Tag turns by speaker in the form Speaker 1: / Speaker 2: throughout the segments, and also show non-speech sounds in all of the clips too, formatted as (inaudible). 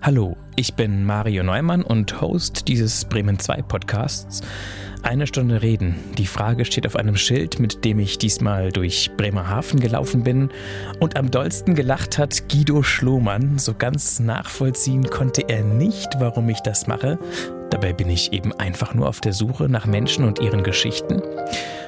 Speaker 1: Hallo, ich bin Mario Neumann und Host dieses Bremen 2 Podcasts. Eine Stunde reden. Die Frage steht auf einem Schild, mit dem ich diesmal durch Bremerhaven gelaufen bin. Und am dollsten gelacht hat Guido Schlohmann. So ganz nachvollziehen konnte er nicht, warum ich das mache. Dabei bin ich eben einfach nur auf der Suche nach Menschen und ihren Geschichten.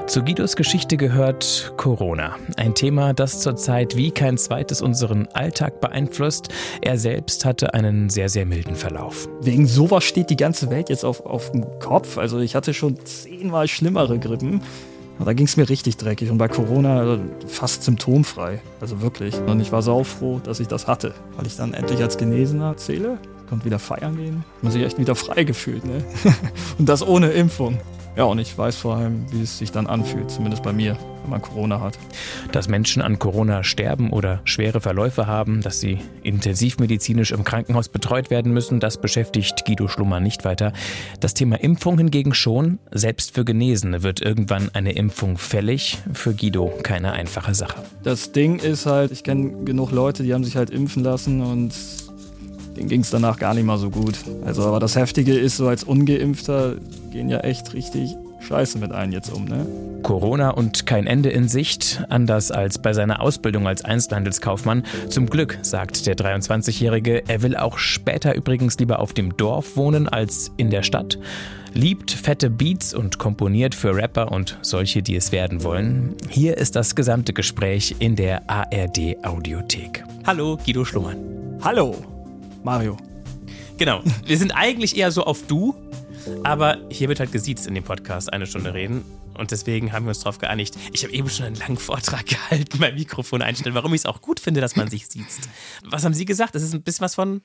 Speaker 1: Zu Guidos Geschichte gehört Corona. Ein Thema, das zurzeit wie kein zweites unseren Alltag beeinflusst. Er selbst hatte einen sehr, sehr milden Verlauf.
Speaker 2: Wegen sowas steht die ganze Welt jetzt auf, auf dem Kopf. Also ich hatte schon zehnmal schlimmere Grippen. Und da ging es mir richtig dreckig und bei Corona äh, fast symptomfrei. Also wirklich. Und ich war saufroh, dass ich das hatte, weil ich dann endlich als Genesener zähle. Konnte wieder feiern gehen. Man sich echt wieder frei gefühlt, ne? (laughs) und das ohne Impfung. Ja, und ich weiß vor allem, wie es sich dann anfühlt, zumindest bei mir, wenn man Corona hat.
Speaker 1: Dass Menschen an Corona sterben oder schwere Verläufe haben, dass sie intensivmedizinisch im Krankenhaus betreut werden müssen, das beschäftigt Guido Schlummer nicht weiter. Das Thema Impfung hingegen schon. Selbst für Genesene wird irgendwann eine Impfung fällig. Für Guido keine einfache Sache.
Speaker 2: Das Ding ist halt, ich kenne genug Leute, die haben sich halt impfen lassen und denen ging es danach gar nicht mal so gut. Also, aber das Heftige ist, so als Ungeimpfter gehen ja echt richtig Scheiße mit einem jetzt um, ne?
Speaker 1: Corona und kein Ende in Sicht, anders als bei seiner Ausbildung als Einzelhandelskaufmann. Zum Glück, sagt der 23-Jährige, er will auch später übrigens lieber auf dem Dorf wohnen als in der Stadt. Liebt fette Beats und komponiert für Rapper und solche, die es werden wollen. Hier ist das gesamte Gespräch in der ARD Audiothek. Hallo, Guido Schlummern.
Speaker 2: Hallo, Mario.
Speaker 1: Genau. Wir sind eigentlich eher so auf Du, aber hier wird halt gesiezt in dem Podcast eine Stunde reden. Und deswegen haben wir uns darauf geeinigt. Ich habe eben schon einen langen Vortrag (laughs) gehalten beim Mikrofon einstellen, warum ich es auch gut finde, dass man sich sieht. Was haben Sie gesagt? Das ist ein bisschen was von.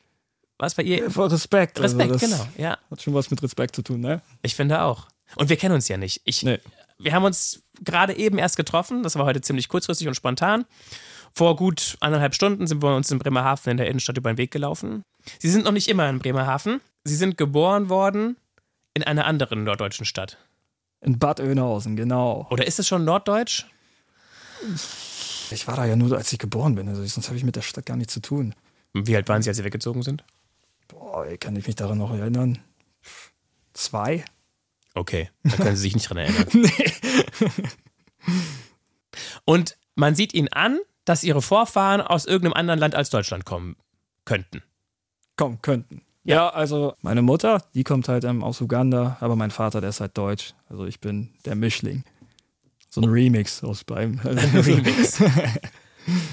Speaker 1: Was bei ihr?
Speaker 2: Vor Respekt.
Speaker 1: Respekt, also genau. Ja.
Speaker 2: Hat schon was mit Respekt zu tun, ne?
Speaker 1: Ich finde auch. Und wir kennen uns ja nicht. Ich,
Speaker 2: nee.
Speaker 1: Wir haben uns gerade eben erst getroffen. Das war heute ziemlich kurzfristig und spontan. Vor gut anderthalb Stunden sind wir uns in Bremerhaven in der Innenstadt über den Weg gelaufen. Sie sind noch nicht immer in Bremerhaven. Sie sind geboren worden in einer anderen norddeutschen Stadt.
Speaker 2: In Bad Oeynhausen, genau.
Speaker 1: Oder ist es schon norddeutsch?
Speaker 2: Ich war da ja nur, als ich geboren bin. Also sonst habe ich mit der Stadt gar nichts zu tun.
Speaker 1: Wie alt waren Sie, als Sie weggezogen sind?
Speaker 2: Boah, ey, kann ich mich daran noch erinnern? Zwei?
Speaker 1: Okay, da können Sie sich nicht dran erinnern. (laughs) nee. Und man sieht Ihnen an, dass ihre Vorfahren aus irgendeinem anderen Land als Deutschland kommen könnten.
Speaker 2: Kommen könnten. Ja. ja, also meine Mutter, die kommt halt aus Uganda, aber mein Vater, der ist halt deutsch. Also ich bin der Mischling. So ein Remix aus (laughs) beiden. Also, Remix.
Speaker 1: Also, (laughs)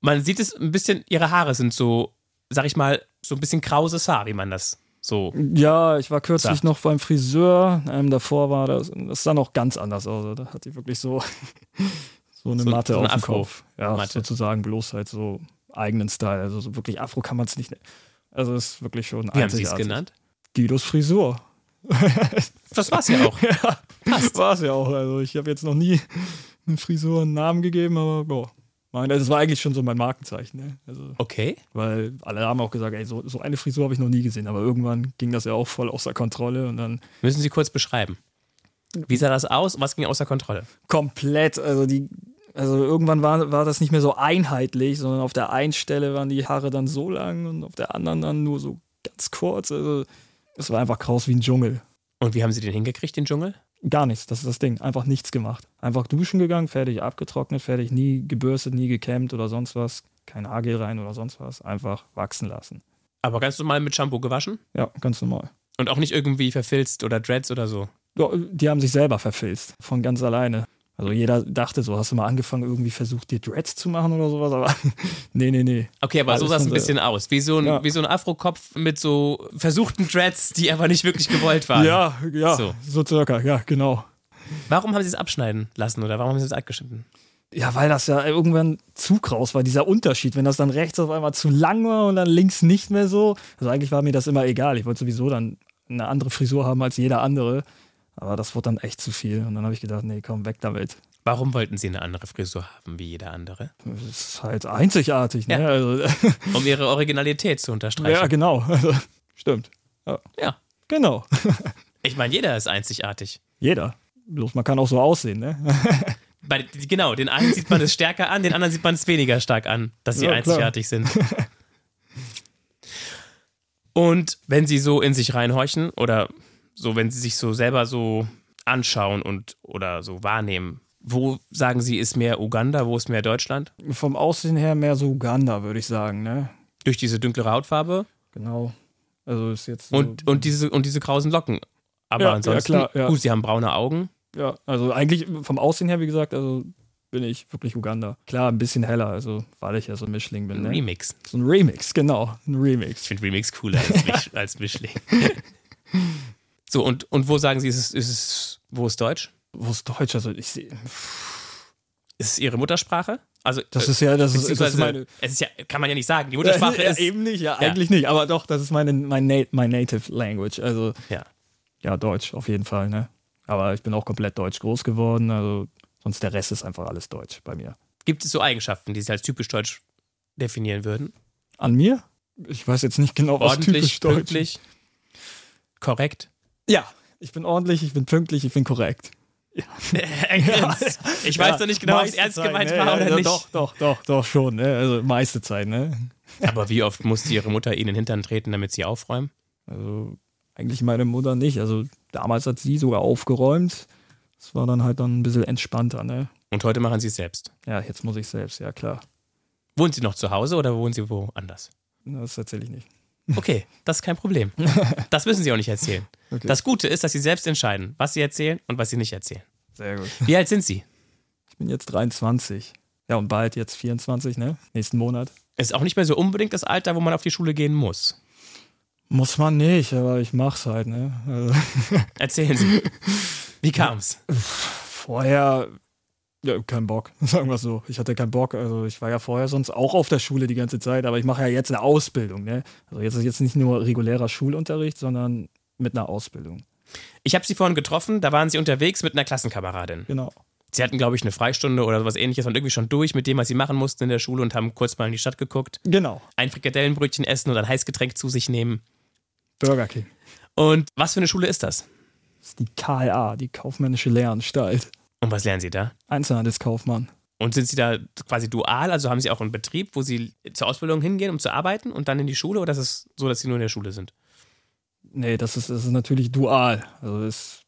Speaker 1: man sieht es ein bisschen, ihre Haare sind so, sag ich mal, so ein bisschen krauses Haar, wie man das so.
Speaker 2: Ja, ich war kürzlich sagt. noch beim Friseur. Ähm, davor war das, das sah noch ganz anders aus. Also, Da hatte ich wirklich so (laughs) So eine so, Matte so eine auf dem Kopf. Ja, Matte. sozusagen bloß halt so eigenen Style. Also so wirklich Afro kann man es nicht. Also ist wirklich schon
Speaker 1: Wie haben Sie es genannt?
Speaker 2: Guidos Frisur.
Speaker 1: das war's ja
Speaker 2: (laughs)
Speaker 1: auch.
Speaker 2: ja, Passt. (laughs) war's ja auch. Also ich habe jetzt noch nie eine Frisur einen Namen gegeben, aber boah. Mein, das war eigentlich schon so mein Markenzeichen. Ne? Also,
Speaker 1: okay.
Speaker 2: Weil alle haben auch gesagt, ey, so, so eine Frisur habe ich noch nie gesehen. Aber irgendwann ging das ja auch voll außer Kontrolle und dann.
Speaker 1: Müssen Sie kurz beschreiben. Wie sah das aus? Was ging außer Kontrolle?
Speaker 2: Komplett. Also die also irgendwann war, war das nicht mehr so einheitlich, sondern auf der einen Stelle waren die Haare dann so lang und auf der anderen dann nur so ganz kurz. Also es war einfach kraus wie ein Dschungel.
Speaker 1: Und wie haben Sie den hingekriegt, den Dschungel?
Speaker 2: Gar nichts, das ist das Ding. Einfach nichts gemacht. Einfach duschen gegangen, fertig abgetrocknet, fertig, nie gebürstet, nie gekämmt oder sonst was. Kein Haargel rein oder sonst was. Einfach wachsen lassen.
Speaker 1: Aber ganz normal mit Shampoo gewaschen?
Speaker 2: Ja, ganz normal.
Speaker 1: Und auch nicht irgendwie verfilzt oder Dreads oder so?
Speaker 2: Ja, die haben sich selber verfilzt. Von ganz alleine. Also jeder dachte so, hast du mal angefangen, irgendwie versucht, dir Dreads zu machen oder sowas, aber (laughs) nee, nee, nee.
Speaker 1: Okay, aber Alles so sah
Speaker 2: äh,
Speaker 1: es ein bisschen aus. Wie so ein, ja. wie so ein Afro-Kopf mit so versuchten Dreads, die aber nicht wirklich gewollt waren.
Speaker 2: Ja, ja, so, so circa, ja, genau.
Speaker 1: Warum haben sie es abschneiden lassen oder warum haben sie es abgeschnitten?
Speaker 2: Ja, weil das ja irgendwann zu kraus war, dieser Unterschied. Wenn das dann rechts auf einmal zu lang war und dann links nicht mehr so. Also eigentlich war mir das immer egal. Ich wollte sowieso dann eine andere Frisur haben als jeder andere. Aber das wurde dann echt zu viel. Und dann habe ich gedacht, nee, komm, weg damit.
Speaker 1: Warum wollten Sie eine andere Frisur haben wie jeder andere?
Speaker 2: Das ist halt einzigartig, ne?
Speaker 1: Ja.
Speaker 2: Also, (laughs)
Speaker 1: um Ihre Originalität zu unterstreichen.
Speaker 2: Ja, genau. Also, stimmt.
Speaker 1: Ja. ja.
Speaker 2: Genau.
Speaker 1: Ich meine, jeder ist einzigartig.
Speaker 2: Jeder. Bloß man kann auch so aussehen, ne?
Speaker 1: Bei, genau, den einen sieht man es
Speaker 2: (laughs)
Speaker 1: stärker an, den anderen sieht man es weniger stark an, dass sie ja, einzigartig klar. sind. Und wenn sie so in sich reinhorchen oder so, wenn sie sich so selber so anschauen und oder so wahrnehmen, wo sagen sie, ist mehr Uganda, wo ist mehr Deutschland?
Speaker 2: Vom Aussehen her mehr so Uganda, würde ich sagen, ne?
Speaker 1: Durch diese dunklere Hautfarbe
Speaker 2: Genau. Also ist jetzt. so-
Speaker 1: und, und, diese, und diese krausen Locken. Aber
Speaker 2: Ja, ja,
Speaker 1: ansonsten,
Speaker 2: klar, ja.
Speaker 1: gut, sie haben braune Augen.
Speaker 2: Ja, also eigentlich vom Aussehen her, wie gesagt, also bin ich wirklich Uganda. Klar, ein bisschen heller, also weil ich ja so ein Mischling bin. Ne?
Speaker 1: Remix.
Speaker 2: So ein Remix, genau. Ein
Speaker 1: Ich
Speaker 2: Remix.
Speaker 1: finde Remix cooler
Speaker 2: (laughs)
Speaker 1: als, Misch, als Mischling. so, und, und wo sagen sie, ist es, ist es, wo ist Deutsch?
Speaker 2: Wo ist Deutsch? Also ich sehe.
Speaker 1: Ist es ihre Muttersprache? Also,
Speaker 2: Das
Speaker 1: äh,
Speaker 2: ist ja, das ist, das ist
Speaker 1: beziehungsweise,
Speaker 2: meine.
Speaker 1: es ist ja, kann man ja nicht sagen. Die
Speaker 2: (laughs)
Speaker 1: Muttersprache
Speaker 2: ja,
Speaker 1: ist.
Speaker 2: eben nicht, ja, eigentlich nicht, aber doch, das ist meine, mein, Na mein Native Language. Also
Speaker 1: Ja.
Speaker 2: ja, Deutsch auf jeden Fall, ne? Aber ich bin auch komplett deutsch groß geworden, also sonst der Rest ist einfach alles deutsch bei mir.
Speaker 1: Gibt es so Eigenschaften, die sie als typisch deutsch definieren würden?
Speaker 2: An mir? Ich weiß jetzt nicht genau, was typisch
Speaker 1: Ordentlich,
Speaker 2: deutsch ist.
Speaker 1: pünktlich, korrekt.
Speaker 2: Ja, ich bin ordentlich, ich bin pünktlich, ich bin korrekt.
Speaker 1: Ernst? (laughs) ich weiß doch nicht genau, ob es
Speaker 2: meiste
Speaker 1: ernst
Speaker 2: Zeit,
Speaker 1: gemeint
Speaker 2: ne?
Speaker 1: war
Speaker 2: Ja,
Speaker 1: oder
Speaker 2: ja,
Speaker 1: nicht.
Speaker 2: Doch, doch, doch, doch schon. Ne? Also meiste Zeit, ne?
Speaker 1: Aber wie oft musste ihre Mutter ihnen in den Hintern treten, damit sie aufräumen?
Speaker 2: Also eigentlich meine Mutter nicht. Also damals hat sie sogar aufgeräumt. Das war dann halt dann ein bisschen entspannter, ne?
Speaker 1: Und heute machen sie es selbst.
Speaker 2: Ja, jetzt muss ich selbst, ja klar.
Speaker 1: Wohnen sie noch zu Hause oder wohnen sie woanders?
Speaker 2: Das erzähle ich nicht.
Speaker 1: Okay, das ist kein Problem. Das müssen sie auch nicht erzählen.
Speaker 2: Okay.
Speaker 1: Das Gute ist, dass sie selbst entscheiden, was sie erzählen und was sie nicht erzählen.
Speaker 2: Sehr gut.
Speaker 1: Wie alt sind sie?
Speaker 2: Ich bin jetzt 23. Ja, und bald jetzt 24, ne? Nächsten Monat.
Speaker 1: Ist auch nicht mehr so unbedingt das Alter, wo man auf die Schule gehen muss.
Speaker 2: Muss man nicht, aber ich mach's halt, ne? Also.
Speaker 1: Erzählen Sie. Wie kam's?
Speaker 2: vorher ja, kein Bock, (laughs) sagen wir so. Ich hatte keinen Bock. Also ich war ja vorher sonst auch auf der Schule die ganze Zeit, aber ich mache ja jetzt eine Ausbildung. Ne? Also jetzt ist jetzt nicht nur regulärer Schulunterricht, sondern mit einer Ausbildung.
Speaker 1: Ich habe sie vorhin getroffen, da waren sie unterwegs mit einer Klassenkameradin.
Speaker 2: Genau.
Speaker 1: Sie hatten, glaube ich, eine Freistunde oder sowas ähnliches und irgendwie schon durch mit dem, was sie machen mussten in der Schule und haben kurz mal in die Stadt geguckt,
Speaker 2: Genau.
Speaker 1: ein Frikadellenbrötchen essen oder ein Heißgetränk zu sich nehmen.
Speaker 2: Burger King.
Speaker 1: Und was für eine Schule ist das?
Speaker 2: Das ist die KLA, die kaufmännische Lehranstalt.
Speaker 1: Und was lernen Sie da?
Speaker 2: Einzelhandelskaufmann.
Speaker 1: Und sind Sie da quasi dual? Also haben Sie auch einen Betrieb, wo Sie zur Ausbildung hingehen, um zu arbeiten und dann in die Schule? Oder ist es so, dass Sie nur in der Schule sind?
Speaker 2: Nee, das ist, das ist natürlich dual. Also, das,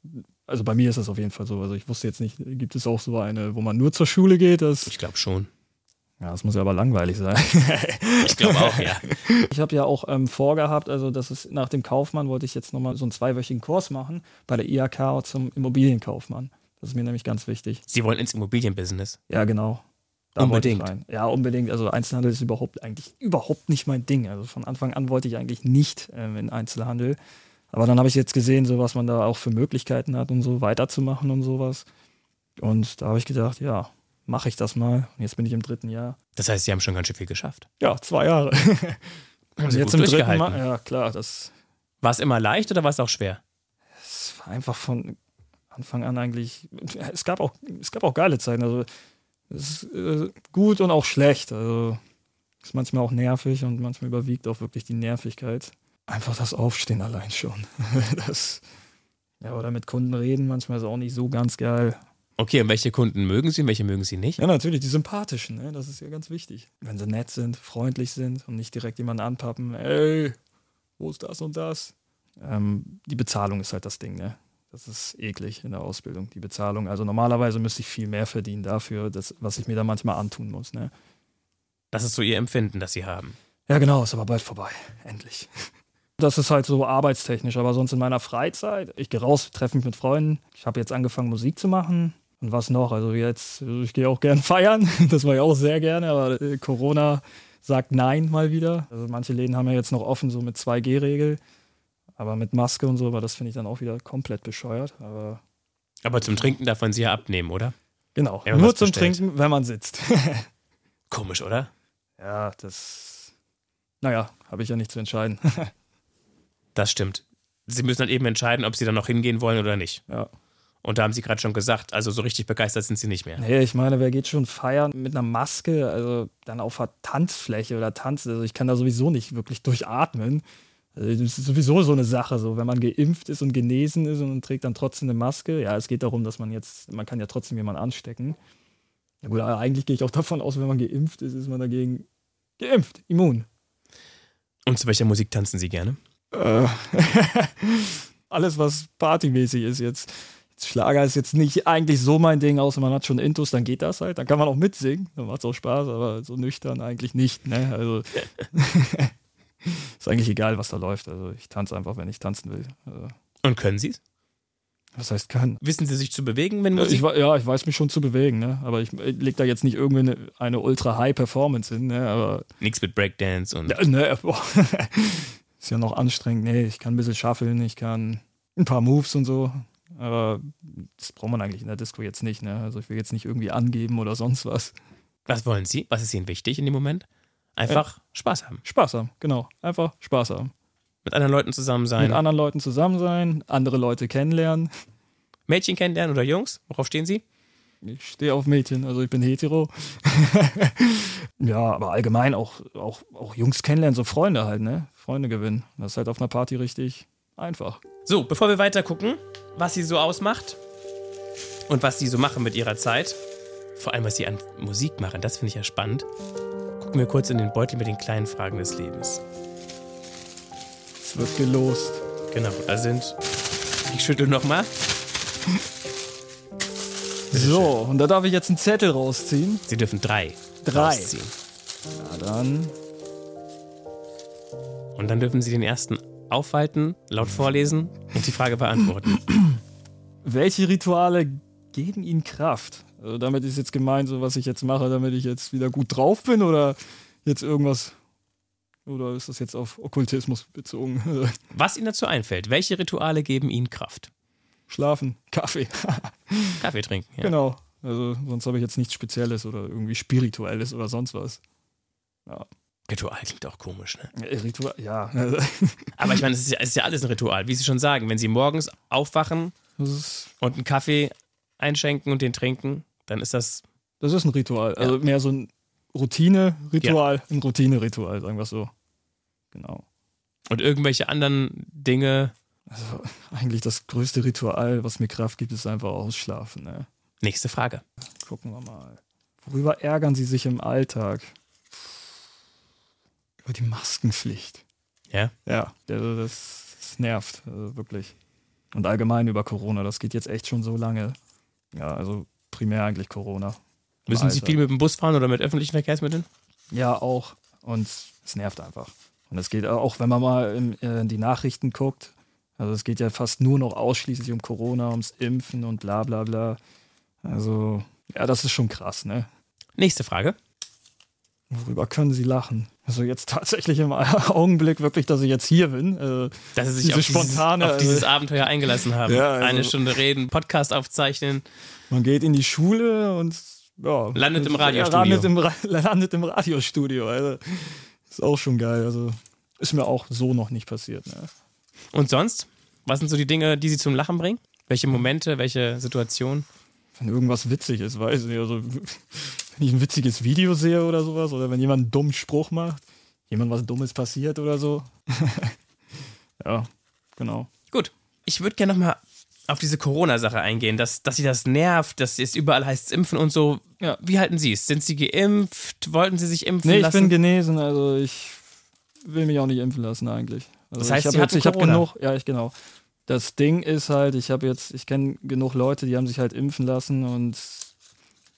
Speaker 2: also bei mir ist das auf jeden Fall so. Also ich wusste jetzt nicht, gibt es auch so eine, wo man nur zur Schule geht? Das,
Speaker 1: Ich glaube schon.
Speaker 2: ja, das muss ja aber langweilig sein.
Speaker 1: Ich glaube auch, ja.
Speaker 2: Ich habe ja auch ähm, vorgehabt, also das ist nach dem Kaufmann wollte ich jetzt nochmal so einen zweiwöchigen Kurs machen bei der IHK zum Immobilienkaufmann. Das ist mir nämlich ganz wichtig.
Speaker 1: Sie wollen ins Immobilienbusiness.
Speaker 2: Ja, genau. Da wollte ich
Speaker 1: Unbedingt.
Speaker 2: rein. Ja, unbedingt. Also Einzelhandel ist überhaupt eigentlich überhaupt nicht mein Ding. Also von Anfang an wollte ich eigentlich nicht ähm, in Einzelhandel. Aber dann habe ich jetzt gesehen, so was man da auch für Möglichkeiten hat und so weiterzumachen und sowas. Und da habe ich gedacht, ja, mache ich das mal. Und jetzt bin ich im dritten Jahr.
Speaker 1: Das heißt, Sie haben schon ganz schön viel geschafft.
Speaker 2: Ja, zwei Jahre.
Speaker 1: Haben Sie
Speaker 2: jetzt
Speaker 1: gut
Speaker 2: im dritten
Speaker 1: durchgehalten.
Speaker 2: Mal. Ja, klar, das
Speaker 1: War es immer leicht oder war es auch schwer?
Speaker 2: es war einfach von Anfang an eigentlich, es gab auch, es gab auch geile Zeiten, also es ist äh, gut und auch schlecht, also ist manchmal auch nervig und manchmal überwiegt auch wirklich die Nervigkeit. Einfach das Aufstehen allein schon. (laughs) das, ja, oder mit Kunden reden, manchmal ist auch nicht so ganz geil.
Speaker 1: Okay, und welche Kunden mögen Sie und welche mögen Sie nicht?
Speaker 2: Ja, natürlich, die sympathischen, ne? das ist ja ganz wichtig. Wenn sie nett sind, freundlich sind und nicht direkt jemanden anpappen, ey, wo ist das und das? Ähm, die Bezahlung ist halt das Ding, ne? Das ist eklig in der Ausbildung, die Bezahlung. Also normalerweise müsste ich viel mehr verdienen dafür, das, was ich mir da manchmal antun muss, ne?
Speaker 1: Das ist so Ihr Empfinden, das Sie haben.
Speaker 2: Ja, genau, ist aber bald vorbei. Endlich. Das ist halt so arbeitstechnisch, aber sonst in meiner Freizeit, ich gehe raus, treffe mich mit Freunden. Ich habe jetzt angefangen, Musik zu machen. Und was noch? Also jetzt, also ich gehe auch gern (laughs) feiern. Das mache ich auch sehr gerne, aber äh, Corona sagt Nein mal wieder. Also manche Läden haben ja jetzt noch offen, so mit 2G-Regel, aber mit Maske und so, aber das finde ich dann auch wieder komplett bescheuert. Aber
Speaker 1: Aber zum Trinken darf man Sie ja abnehmen, oder?
Speaker 2: genau,
Speaker 1: Wenn man
Speaker 2: nur
Speaker 1: was
Speaker 2: zum
Speaker 1: bestellt.
Speaker 2: Trinken, wenn man sitzt. (laughs)
Speaker 1: Komisch, oder?
Speaker 2: ja, das, naja, habe ich ja nicht zu entscheiden. (laughs)
Speaker 1: Das stimmt. Sie müssen halt eben entscheiden, ob Sie da noch hingehen wollen oder nicht.
Speaker 2: ja.
Speaker 1: Und da haben Sie gerade schon gesagt, also so richtig begeistert sind Sie nicht mehr.
Speaker 2: Nee, ich meine, wer geht schon feiern mit einer Maske, also dann auf einer Tanzfläche oder tanzt, also ich kann da sowieso nicht wirklich durchatmen. Also das ist sowieso so eine Sache, so wenn man geimpft ist und genesen ist und trägt dann trotzdem eine Maske, ja, es geht darum, dass man jetzt, man kann ja trotzdem jemanden anstecken. Ja gut, aber eigentlich gehe ich auch davon aus, wenn man geimpft ist, ist man dagegen geimpft, immun.
Speaker 1: Und zu welcher Musik tanzen Sie gerne?
Speaker 2: Äh, (laughs) alles, was partymäßig ist jetzt. Schlager ist jetzt nicht eigentlich so mein Ding, außer man hat schon Intus, dann geht das halt. Dann kann man auch mitsingen, dann macht es auch Spaß, aber so nüchtern eigentlich nicht. Ne? Also ist eigentlich egal, was da läuft. Also ich tanze einfach, wenn ich tanzen will. Also,
Speaker 1: Und können Sie es?
Speaker 2: was heißt kann?
Speaker 1: Wissen Sie sich zu bewegen, wenn
Speaker 2: Ich,
Speaker 1: Musik...
Speaker 2: wa- ja, ich weiß mich schon zu bewegen, ne? aber ich leg da jetzt nicht irgendwie eine, eine ultra high Performance hin. Ne? Aber
Speaker 1: Nichts mit Breakdance und...
Speaker 2: Ja, (laughs) ne, boah. ist ja noch anstrengend. Nee, ich kann ein bisschen shuffeln, ich kann ein paar Moves und so. Aber das braucht man eigentlich in der Disco jetzt nicht. Ne? Also ich will jetzt nicht irgendwie angeben oder sonst was.
Speaker 1: Was wollen Sie? Was ist Ihnen wichtig in dem Moment? Einfach Spaß haben.
Speaker 2: Spaß haben, genau. Einfach Spaß haben.
Speaker 1: Mit anderen Leuten zusammen sein.
Speaker 2: Mit anderen Leuten zusammen sein, andere Leute kennenlernen.
Speaker 1: Mädchen kennenlernen oder Jungs? Worauf stehen Sie?
Speaker 2: Ich stehe auf Mädchen, also ich bin hetero. (laughs) ja, aber allgemein auch, auch, auch Jungs kennenlernen, so Freunde halt, ne? Freunde gewinnen. Das ist halt auf einer Party richtig einfach.
Speaker 1: So, bevor wir weiter gucken, was sie so ausmacht und was sie so machen mit ihrer Zeit, vor allem was sie an Musik machen, das finde ich ja spannend. Gucken wir kurz in den Beutel mit den kleinen Fragen des Lebens.
Speaker 2: Es wird gelost.
Speaker 1: Genau, da sind. Ich schüttel nochmal.
Speaker 2: So, und da darf ich jetzt einen Zettel rausziehen.
Speaker 1: Sie dürfen drei.
Speaker 2: Drei.
Speaker 1: rausziehen.
Speaker 2: Na dann.
Speaker 1: Und dann dürfen sie den ersten aufhalten, laut vorlesen und die Frage beantworten.
Speaker 2: Welche Rituale geben Ihnen Kraft? Also damit ist jetzt gemeint, so was ich jetzt mache, damit ich jetzt wieder gut drauf bin oder jetzt irgendwas. Oder ist das jetzt auf Okkultismus bezogen? (laughs) Also,
Speaker 1: Was ihnen dazu einfällt, welche Rituale geben ihnen Kraft?
Speaker 2: Schlafen, Kaffee.
Speaker 1: Kaffee trinken. Ja.
Speaker 2: Genau. Also sonst habe ich jetzt nichts Spezielles oder irgendwie Spirituelles oder sonst was.
Speaker 1: Ritual klingt auch komisch, ne?
Speaker 2: Ja, Äh, Ritual, ja.
Speaker 1: Aber ich meine, es ist, ja, es ist ja alles ein Ritual, wie Sie schon sagen. Wenn Sie morgens aufwachen
Speaker 2: (laughs) Das ist,
Speaker 1: und einen Kaffee einschenken und den trinken, dann ist das.
Speaker 2: das ist ein Ritual. Also mehr so ein Routine-Ritual, ein Routine-Ritual, sagen wir es so. Genau.
Speaker 1: Und irgendwelche anderen Dinge,
Speaker 2: Also eigentlich das größte Ritual, was mir Kraft gibt, ist einfach ausschlafen. Ne?
Speaker 1: nächste Frage.
Speaker 2: Gucken wir mal. Worüber ärgern Sie sich im Alltag? Über die Maskenpflicht.
Speaker 1: Ja?
Speaker 2: Ja, also das, das nervt, also wirklich. Und allgemein über Corona, das geht jetzt echt schon so lange. Ja, also primär eigentlich Corona. Im
Speaker 1: Müssen Sie
Speaker 2: Alltag.
Speaker 1: viel mit dem Bus fahren oder mit öffentlichen Verkehrsmitteln?
Speaker 2: Ja, auch. Und es nervt einfach. Und es geht auch, wenn man mal in, äh, in die Nachrichten guckt, also es geht ja fast nur noch ausschließlich um Corona, ums Impfen und bla bla bla. Also, ja, das ist schon krass, ne?
Speaker 1: Nächste Frage.
Speaker 2: Worüber können sie lachen? Also jetzt tatsächlich im (laughs) Augenblick wirklich, dass ich jetzt hier bin. Äh,
Speaker 1: Dass Sie sich
Speaker 2: Diese
Speaker 1: auf, dieses,
Speaker 2: spontane,
Speaker 1: auf
Speaker 2: also-
Speaker 1: dieses Abenteuer eingelassen haben.
Speaker 2: Ja, also-
Speaker 1: Eine Stunde reden, Podcast aufzeichnen.
Speaker 2: man geht in die Schule und ja,
Speaker 1: Landet im
Speaker 2: Ja,
Speaker 1: Radiostudio.
Speaker 2: Landet im, Ra (laughs) landet im Radiostudio. Also, ist auch schon geil. Also ist mir auch so noch nicht passiert. Ne?
Speaker 1: Und sonst? Was sind so die Dinge, die Sie zum Lachen bringen? Welche Momente, welche Situationen?
Speaker 2: wenn irgendwas witzig ist, weiß ich nicht. Also, wenn ich ein witziges Video sehe oder sowas, oder wenn jemand einen dummen Spruch macht, jemand was Dummes passiert oder so. (laughs) ja, genau.
Speaker 1: Gut, ich würde gerne nochmal auf diese Corona-Sache eingehen, dass, dass sie das nervt, dass es überall heißt impfen und so.
Speaker 2: Ja.
Speaker 1: Wie halten Sie es? Sind Sie geimpft? Wollten Sie sich impfen
Speaker 2: Nee, ich
Speaker 1: lassen?
Speaker 2: bin genesen, also ich will mich auch nicht impfen lassen eigentlich. Also
Speaker 1: Das heißt,
Speaker 2: ich
Speaker 1: Sie
Speaker 2: habe
Speaker 1: hatten
Speaker 2: jetzt, ich habe
Speaker 1: Corona?
Speaker 2: genug, ja, ich genau. Das Ding ist halt, ich habe jetzt, ich kenne genug Leute, die haben sich halt impfen lassen und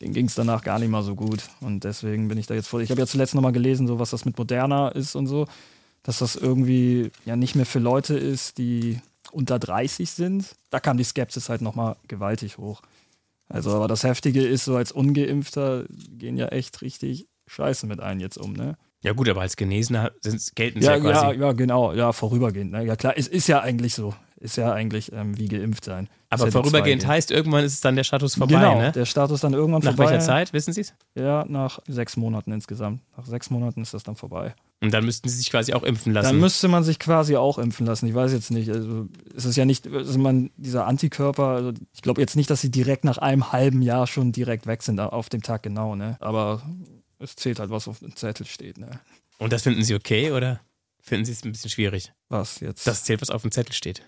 Speaker 2: denen ging es danach gar nicht mal so gut. Und deswegen bin ich da jetzt vor. Ich habe ja zuletzt nochmal gelesen, so was das mit Moderna ist und so, dass das irgendwie ja nicht mehr für Leute ist, die unter 30 sind. Da kam die Skepsis halt nochmal gewaltig hoch. Also, aber das Heftige ist, so als Ungeimpfter gehen ja echt richtig Scheiße mit einem jetzt um, ne?
Speaker 1: ja gut, aber als Genesener sind- gelten sie
Speaker 2: Ja,
Speaker 1: ja, quasi.
Speaker 2: ja, ja, genau, ja, vorübergehend. Ne? Ja, klar, es ist ja eigentlich so. Ist ja eigentlich ähm, wie geimpft sein. Ist ja
Speaker 1: aber
Speaker 2: die
Speaker 1: vorübergehend
Speaker 2: 2G.
Speaker 1: heißt, irgendwann ist es dann der Status vorbei,
Speaker 2: genau,
Speaker 1: ne?
Speaker 2: der Status dann irgendwann
Speaker 1: Nach
Speaker 2: vorbei.
Speaker 1: welcher Zeit, wissen Sie es?
Speaker 2: Ja, nach sechs Monaten insgesamt. Nach sechs Monaten ist das dann vorbei.
Speaker 1: Und dann müssten Sie sich quasi auch impfen lassen.
Speaker 2: Dann müsste man sich quasi auch impfen lassen. Ich weiß jetzt nicht. Also es ist ja nicht, also man, dieser Antikörper, also ich glaube jetzt nicht, dass sie direkt nach einem halben Jahr schon direkt weg sind, auf dem Tag genau, ne? Aber es zählt halt, was auf dem Zettel steht, ne?
Speaker 1: und das finden Sie okay oder finden Sie es ein bisschen schwierig?
Speaker 2: Was jetzt?
Speaker 1: Das zählt, was auf dem Zettel steht.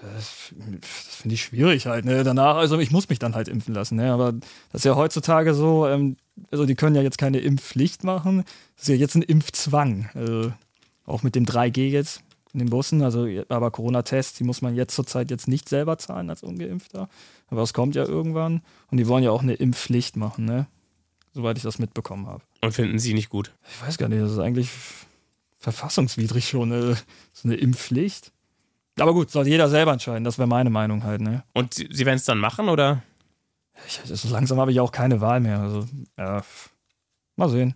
Speaker 2: Das, das finde ich schwierig halt. Ne? Danach, also ich muss mich dann halt impfen lassen. Ne? Aber das ist ja heutzutage so, ähm, also die können ja jetzt keine Impfpflicht machen. Das ist ja jetzt ein Impfzwang. Also auch mit dem 3G jetzt. in den Bussen. Also, aber Corona-Tests, die muss man jetzt zurzeit jetzt nicht selber zahlen als Ungeimpfter. Aber es kommt ja irgendwann. Und die wollen ja auch eine Impfpflicht machen, ne? Soweit ich das mitbekommen habe.
Speaker 1: Und finden Sie nicht gut?
Speaker 2: Ich weiß gar nicht, das ist eigentlich verfassungswidrig schon, ne? so eine Impfpflicht. Aber gut, soll jeder selber entscheiden, das wäre meine Meinung halt, ne?
Speaker 1: Und Sie, Sie werden es dann machen, oder?
Speaker 2: Ich, also so langsam habe ich auch keine Wahl mehr. Also, ja, mal sehen.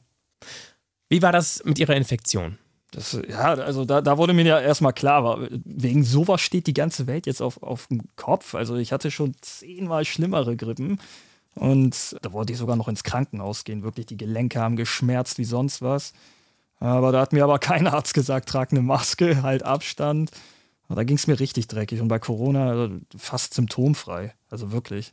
Speaker 1: Wie war das mit Ihrer Infektion?
Speaker 2: Das, ja, also da, da wurde mir ja erstmal klar, wegen sowas steht die ganze Welt jetzt auf, auf dem Kopf. Also ich hatte schon zehnmal schlimmere Grippen und da wollte ich sogar noch ins Krankenhaus gehen. Wirklich, die Gelenke haben geschmerzt wie sonst was. Aber da hat mir aber kein Arzt gesagt, trag eine Maske, halt Abstand. Aber da ging es mir richtig dreckig und bei Corona also fast symptomfrei. Also wirklich.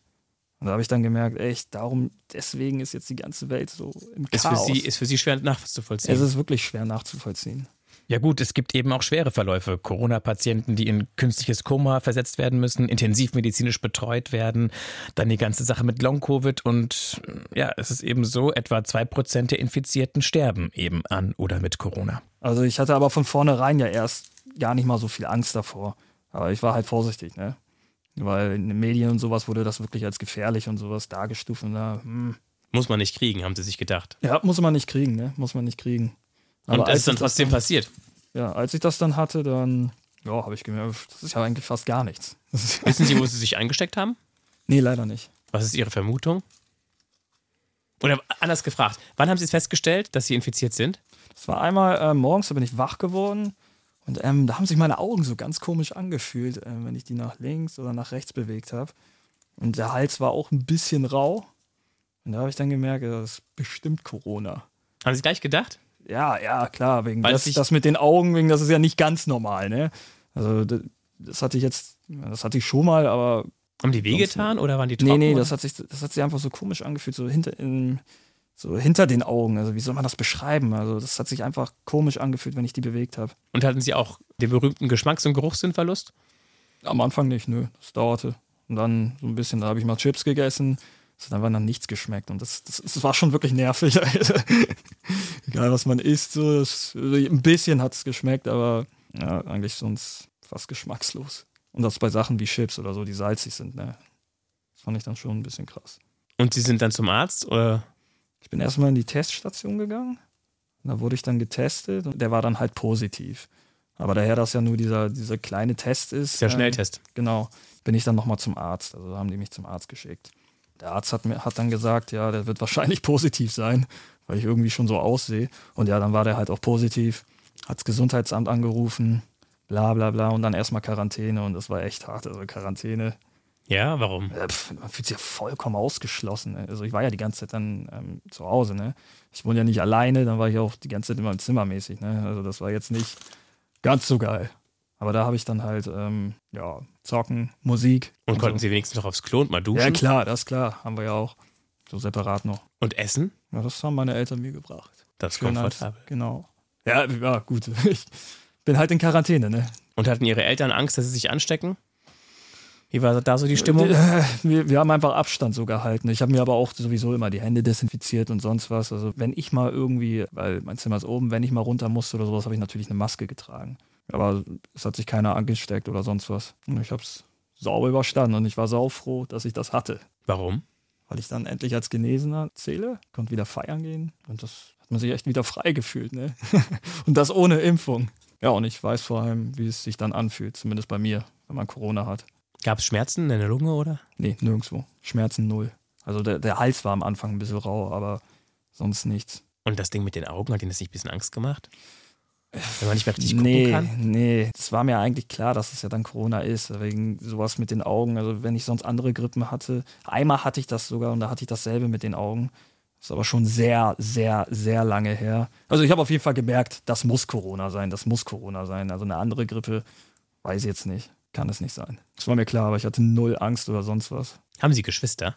Speaker 2: Und da habe ich dann gemerkt, echt, darum, deswegen ist jetzt die ganze Welt so im
Speaker 1: Ist für
Speaker 2: Chaos.
Speaker 1: Sie, ist für Sie schwer nachzuvollziehen?
Speaker 2: es ist wirklich schwer nachzuvollziehen.
Speaker 1: Ja gut, es gibt eben auch schwere Verläufe. Corona-Patienten, die in künstliches Koma versetzt werden müssen, intensivmedizinisch betreut werden, dann die ganze Sache mit Long-Covid und ja, es ist eben so, etwa zwei Prozent der Infizierten sterben eben an oder mit Corona.
Speaker 2: Also ich hatte aber von vornherein ja erst gar nicht mal so viel Angst davor. Aber ich war halt vorsichtig, ne? Weil in den Medien und sowas wurde das wirklich als gefährlich und sowas dargestuft und da, hm.
Speaker 1: Muss man nicht kriegen, haben Sie sich gedacht.
Speaker 2: Ja, muss man nicht kriegen, ne? Muss man nicht kriegen.
Speaker 1: Und
Speaker 2: Aber
Speaker 1: das
Speaker 2: als
Speaker 1: ist dann
Speaker 2: ich das
Speaker 1: trotzdem passiert.
Speaker 2: Ja, als ich das dann hatte, dann, ja, habe ich gemerkt, pf, das ist ja eigentlich fast gar nichts. Das ist-
Speaker 1: Wissen Sie, wo Sie sich eingesteckt haben?
Speaker 2: (laughs) nee, leider nicht.
Speaker 1: Was ist Ihre Vermutung? Oder anders gefragt, wann haben Sie es festgestellt, dass Sie infiziert sind?
Speaker 2: Das war einmal äh, morgens, da bin ich wach geworden und ähm, da haben sich meine Augen so ganz komisch angefühlt, ähm, wenn ich die nach links oder nach rechts bewegt habe. Und der Hals war auch ein bisschen rau. Und da habe ich dann gemerkt, ja, das ist bestimmt Corona.
Speaker 1: Haben Sie gleich gedacht?
Speaker 2: Ja, ja, klar, wegen
Speaker 1: Weil
Speaker 2: das,
Speaker 1: sich-
Speaker 2: das mit den Augen, wegen das ist ja nicht ganz normal, ne? Also das, das hatte ich jetzt, das hatte ich schon mal, aber
Speaker 1: Haben die wehgetan oder waren die
Speaker 2: Nee,
Speaker 1: trocken?
Speaker 2: nee, das hat sich, das hat sich einfach so komisch angefühlt, so hinter, in, so hinter den Augen. Also, wie soll man das beschreiben? Also, das hat sich einfach komisch angefühlt, wenn ich die bewegt habe.
Speaker 1: und hatten Sie auch den berühmten Geschmacks- und Geruchssinnverlust?
Speaker 2: Am Anfang nicht, nö. Das dauerte. Und dann so ein bisschen, da habe ich mal Chips gegessen. Es hat einfach nach nichts geschmeckt. Und das, das, das war schon wirklich nervig. (laughs) Alter. Egal, was man isst, so, das, ein bisschen hat es geschmeckt, aber ja, eigentlich sonst fast geschmackslos. Und das bei Sachen wie Chips oder so, die salzig sind, ne? Das fand ich dann schon ein bisschen krass.
Speaker 1: Und sie sind dann zum Arzt oder?
Speaker 2: Ich bin erstmal in die Teststation gegangen. Und Da wurde ich dann getestet und der war dann halt positiv. Aber daher das ja nur dieser, dieser kleine Test ist.
Speaker 1: Ist ja
Speaker 2: äh,
Speaker 1: Schnelltest.
Speaker 2: Genau. Bin ich dann nochmal zum Arzt. Also haben die mich zum Arzt geschickt. Der Arzt hat, mir, hat dann gesagt, ja, der wird wahrscheinlich (laughs) positiv sein, weil ich irgendwie schon so aussehe. Und ja, dann war der halt auch positiv. Hat das Gesundheitsamt angerufen. Bla bla bla. Und dann erstmal Quarantäne. Und das war echt hart. Also Quarantäne.
Speaker 1: Ja, warum?
Speaker 2: Äh, pf, man fühlt sich ja vollkommen ausgeschlossen. ne? Also ich war ja die ganze Zeit dann ähm, zu Hause, ne? Ich wohne ja nicht alleine, dann war ich auch die ganze Zeit in meinem Zimmer mäßig, ne? Also das war jetzt nicht ganz so geil. Aber da habe ich dann halt, ähm, ja, zocken, Musik.
Speaker 1: Und konnten
Speaker 2: so.
Speaker 1: sie wenigstens noch aufs Klo und mal duschen
Speaker 2: Also Ja klar, das ist klar, haben wir ja auch. So separat noch.
Speaker 1: und essen?
Speaker 2: Ja, das haben meine Eltern mir gebracht.
Speaker 1: Das ist
Speaker 2: Schön als-
Speaker 1: komfortabel.
Speaker 2: Genau. Ja, ja, gut. (laughs) Ich bin halt in Quarantäne, ne?
Speaker 1: Und hatten ihre Eltern Angst, dass sie sich anstecken? Wie war da so die Stimmung?
Speaker 2: Äh, (laughs) Wir, wir haben einfach Abstand so gehalten. Ich habe mir aber auch sowieso immer die Hände desinfiziert und sonst was. Also wenn ich mal irgendwie, weil mein Zimmer ist oben, wenn ich mal runter musste oder sowas, habe ich natürlich eine Maske getragen. Aber es hat sich keiner angesteckt oder sonst was. Und ich habe es sauber überstanden und ich war saufroh, dass ich das hatte.
Speaker 1: Warum?
Speaker 2: Weil ich dann endlich als Genesener zähle, konnte wieder feiern gehen und das hat man sich echt wieder frei gefühlt, ne? (laughs) und das ohne Impfung. Ja, und ich weiß vor allem, wie es sich dann anfühlt, zumindest bei mir, wenn man Corona hat.
Speaker 1: Gab es Schmerzen in der Lunge oder?
Speaker 2: Nee, nirgendwo. Schmerzen null. Also der, der Hals war am Anfang ein bisschen rau, aber sonst nichts.
Speaker 1: Und das Ding mit den Augen, hat ihnen das nicht ein bisschen Angst gemacht? Wenn man nicht mehr richtig gucken
Speaker 2: nee,
Speaker 1: kann?
Speaker 2: nee. Es war mir eigentlich klar, dass es ja dann Corona ist, wegen sowas mit den Augen. Also wenn ich sonst andere Grippen hatte, einmal hatte ich das sogar und da hatte ich dasselbe mit den Augen. Ist aber schon sehr, sehr, sehr lange her. Also ich habe auf jeden Fall gemerkt, das muss Corona sein, das muss Corona sein. Also eine andere Grippe, weiß ich jetzt nicht. Kann es nicht sein. Das war mir klar, aber ich hatte null Angst oder sonst was.
Speaker 1: Haben sie Geschwister?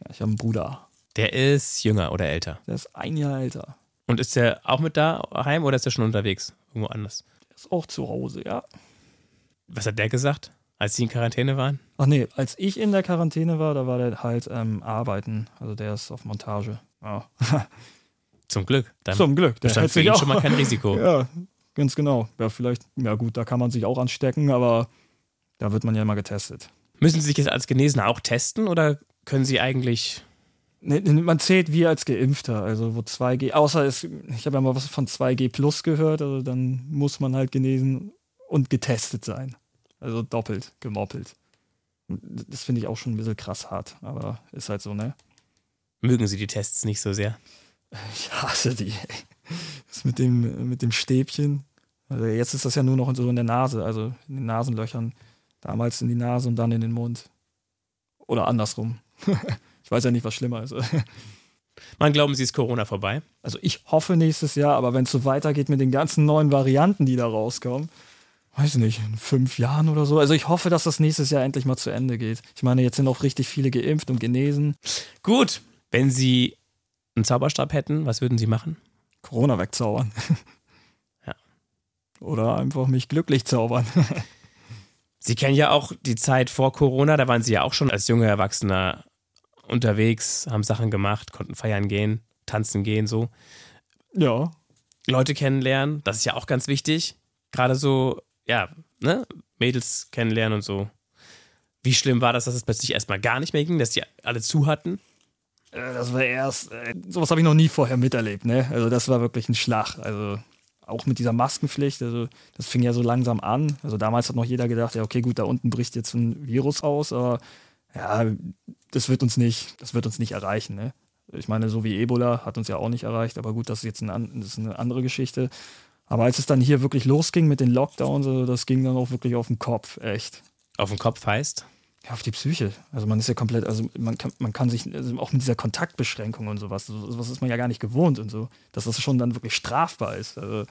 Speaker 2: Ja, ich habe einen Bruder.
Speaker 1: Der ist jünger oder älter.
Speaker 2: Der ist ein Jahr älter.
Speaker 1: Und ist der auch mit daheim oder ist der schon unterwegs? Irgendwo anders.
Speaker 2: ist auch zu Hause, ja.
Speaker 1: Was hat der gesagt, als sie in Quarantäne waren?
Speaker 2: Ach nee, als ich in der Quarantäne war, da war der halt ähm, arbeiten. Also der ist auf Montage. Ja. (laughs)
Speaker 1: Zum Glück. Dann
Speaker 2: Zum Glück,
Speaker 1: (laughs)
Speaker 2: der
Speaker 1: bestand
Speaker 2: hält
Speaker 1: für
Speaker 2: sich
Speaker 1: ihn
Speaker 2: auch. (laughs)
Speaker 1: schon mal kein Risiko.
Speaker 2: Ja, Ganz genau. Ja, vielleicht, ja gut, da kann man sich auch anstecken, aber da wird man ja immer getestet.
Speaker 1: Müssen Sie sich jetzt als Genesener auch testen oder können Sie eigentlich.
Speaker 2: Nee, nee, Man zählt wie als Geimpfter, also wo 2G, außer es, ich habe ja mal was von 2G plus gehört, also dann muss man halt genesen und getestet sein. Also doppelt, gemoppelt. Und Das finde ich auch schon ein bisschen krass hart, aber ist halt so, ne?
Speaker 1: Mögen Sie die Tests nicht so sehr?
Speaker 2: Ich hasse die. ey. Das mit dem, mit dem Stäbchen. Also jetzt ist das ja nur noch so in der Nase, also in den Nasenlöchern. Damals in die Nase und dann in den Mund. Oder andersrum. (laughs) ich weiß ja nicht, was schlimmer ist.
Speaker 1: Wann glauben Sie, ist Corona vorbei?
Speaker 2: Also ich hoffe nächstes Jahr, aber wenn es so weitergeht mit den ganzen neuen Varianten, die da rauskommen, weiß nicht, in fünf Jahren oder so. Also ich hoffe, dass das nächstes Jahr endlich mal zu Ende geht. Ich meine, jetzt sind auch richtig viele geimpft und genesen.
Speaker 1: Gut. Wenn Sie einen Zauberstab hätten, was würden Sie machen?
Speaker 2: Corona wegzaubern.
Speaker 1: Ja.
Speaker 2: Oder einfach mich glücklich zaubern.
Speaker 1: Sie kennen ja auch die Zeit vor Corona, da waren Sie ja auch schon als junger Erwachsener unterwegs, haben Sachen gemacht, konnten feiern gehen, tanzen gehen, so.
Speaker 2: ja.
Speaker 1: Leute kennenlernen, das ist ja auch ganz wichtig. Gerade so, ja, ne? Mädels kennenlernen und so. Wie schlimm war das, dass es plötzlich erstmal gar nicht mehr ging, dass die alle zu hatten?
Speaker 2: Äh, Das war erst, äh, sowas habe ich noch nie vorher miterlebt, ne? Also das war wirklich ein Schlag. Also auch mit dieser Maskenpflicht, also das fing ja so langsam an. Also damals hat noch jeder gedacht, ja, okay, gut, da unten bricht jetzt ein Virus aus, aber ja, das wird uns nicht, das wird uns nicht erreichen, ne? Ich meine, so wie Ebola hat uns ja auch nicht erreicht, aber gut, das ist jetzt ein, an- das ist eine andere Geschichte. Aber als es dann hier wirklich losging mit den Lockdowns, also das ging dann auch wirklich auf den Kopf, echt.
Speaker 1: Auf den Kopf heißt.
Speaker 2: Ja, auf die Psyche. Also man ist ja komplett, also man kann, man kann sich also auch mit dieser Kontaktbeschränkung und sowas, so- sowas ist man ja gar nicht gewohnt und so, dass das schon dann wirklich strafbar ist. Also,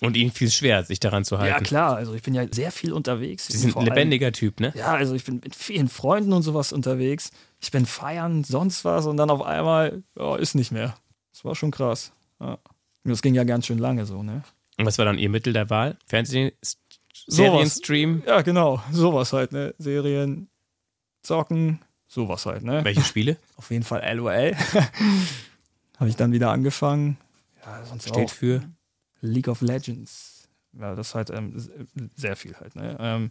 Speaker 1: Und ihnen fiel es schwer, sich daran zu halten.
Speaker 2: ja klar, also ich bin ja sehr viel unterwegs.
Speaker 1: Sie sind ein lebendiger Typ, ne?
Speaker 2: Allem, ja, also ich bin mit vielen Freunden und sowas unterwegs. Ich bin feiern, sonst was und dann auf einmal ja, ist nicht mehr. Das war schon krass. Ja. Und das ging ja ganz schön lange so, ne?
Speaker 1: Und was war dann ihr Mittel der Wahl? Fernsehen, S-
Speaker 2: Sowas.
Speaker 1: Serienstream?
Speaker 2: Ja, genau, sowas halt, ne? Serien, Zocken, sowas halt, ne?
Speaker 1: Welche Spiele?
Speaker 2: (laughs) auf jeden Fall (laughs) LOL. Habe ich dann wieder angefangen. Oh. Ja, sonst
Speaker 1: Steht
Speaker 2: auch
Speaker 1: für.
Speaker 2: League of Legends. Ja, das ist halt ähm, s- sehr viel halt, ne? Ähm,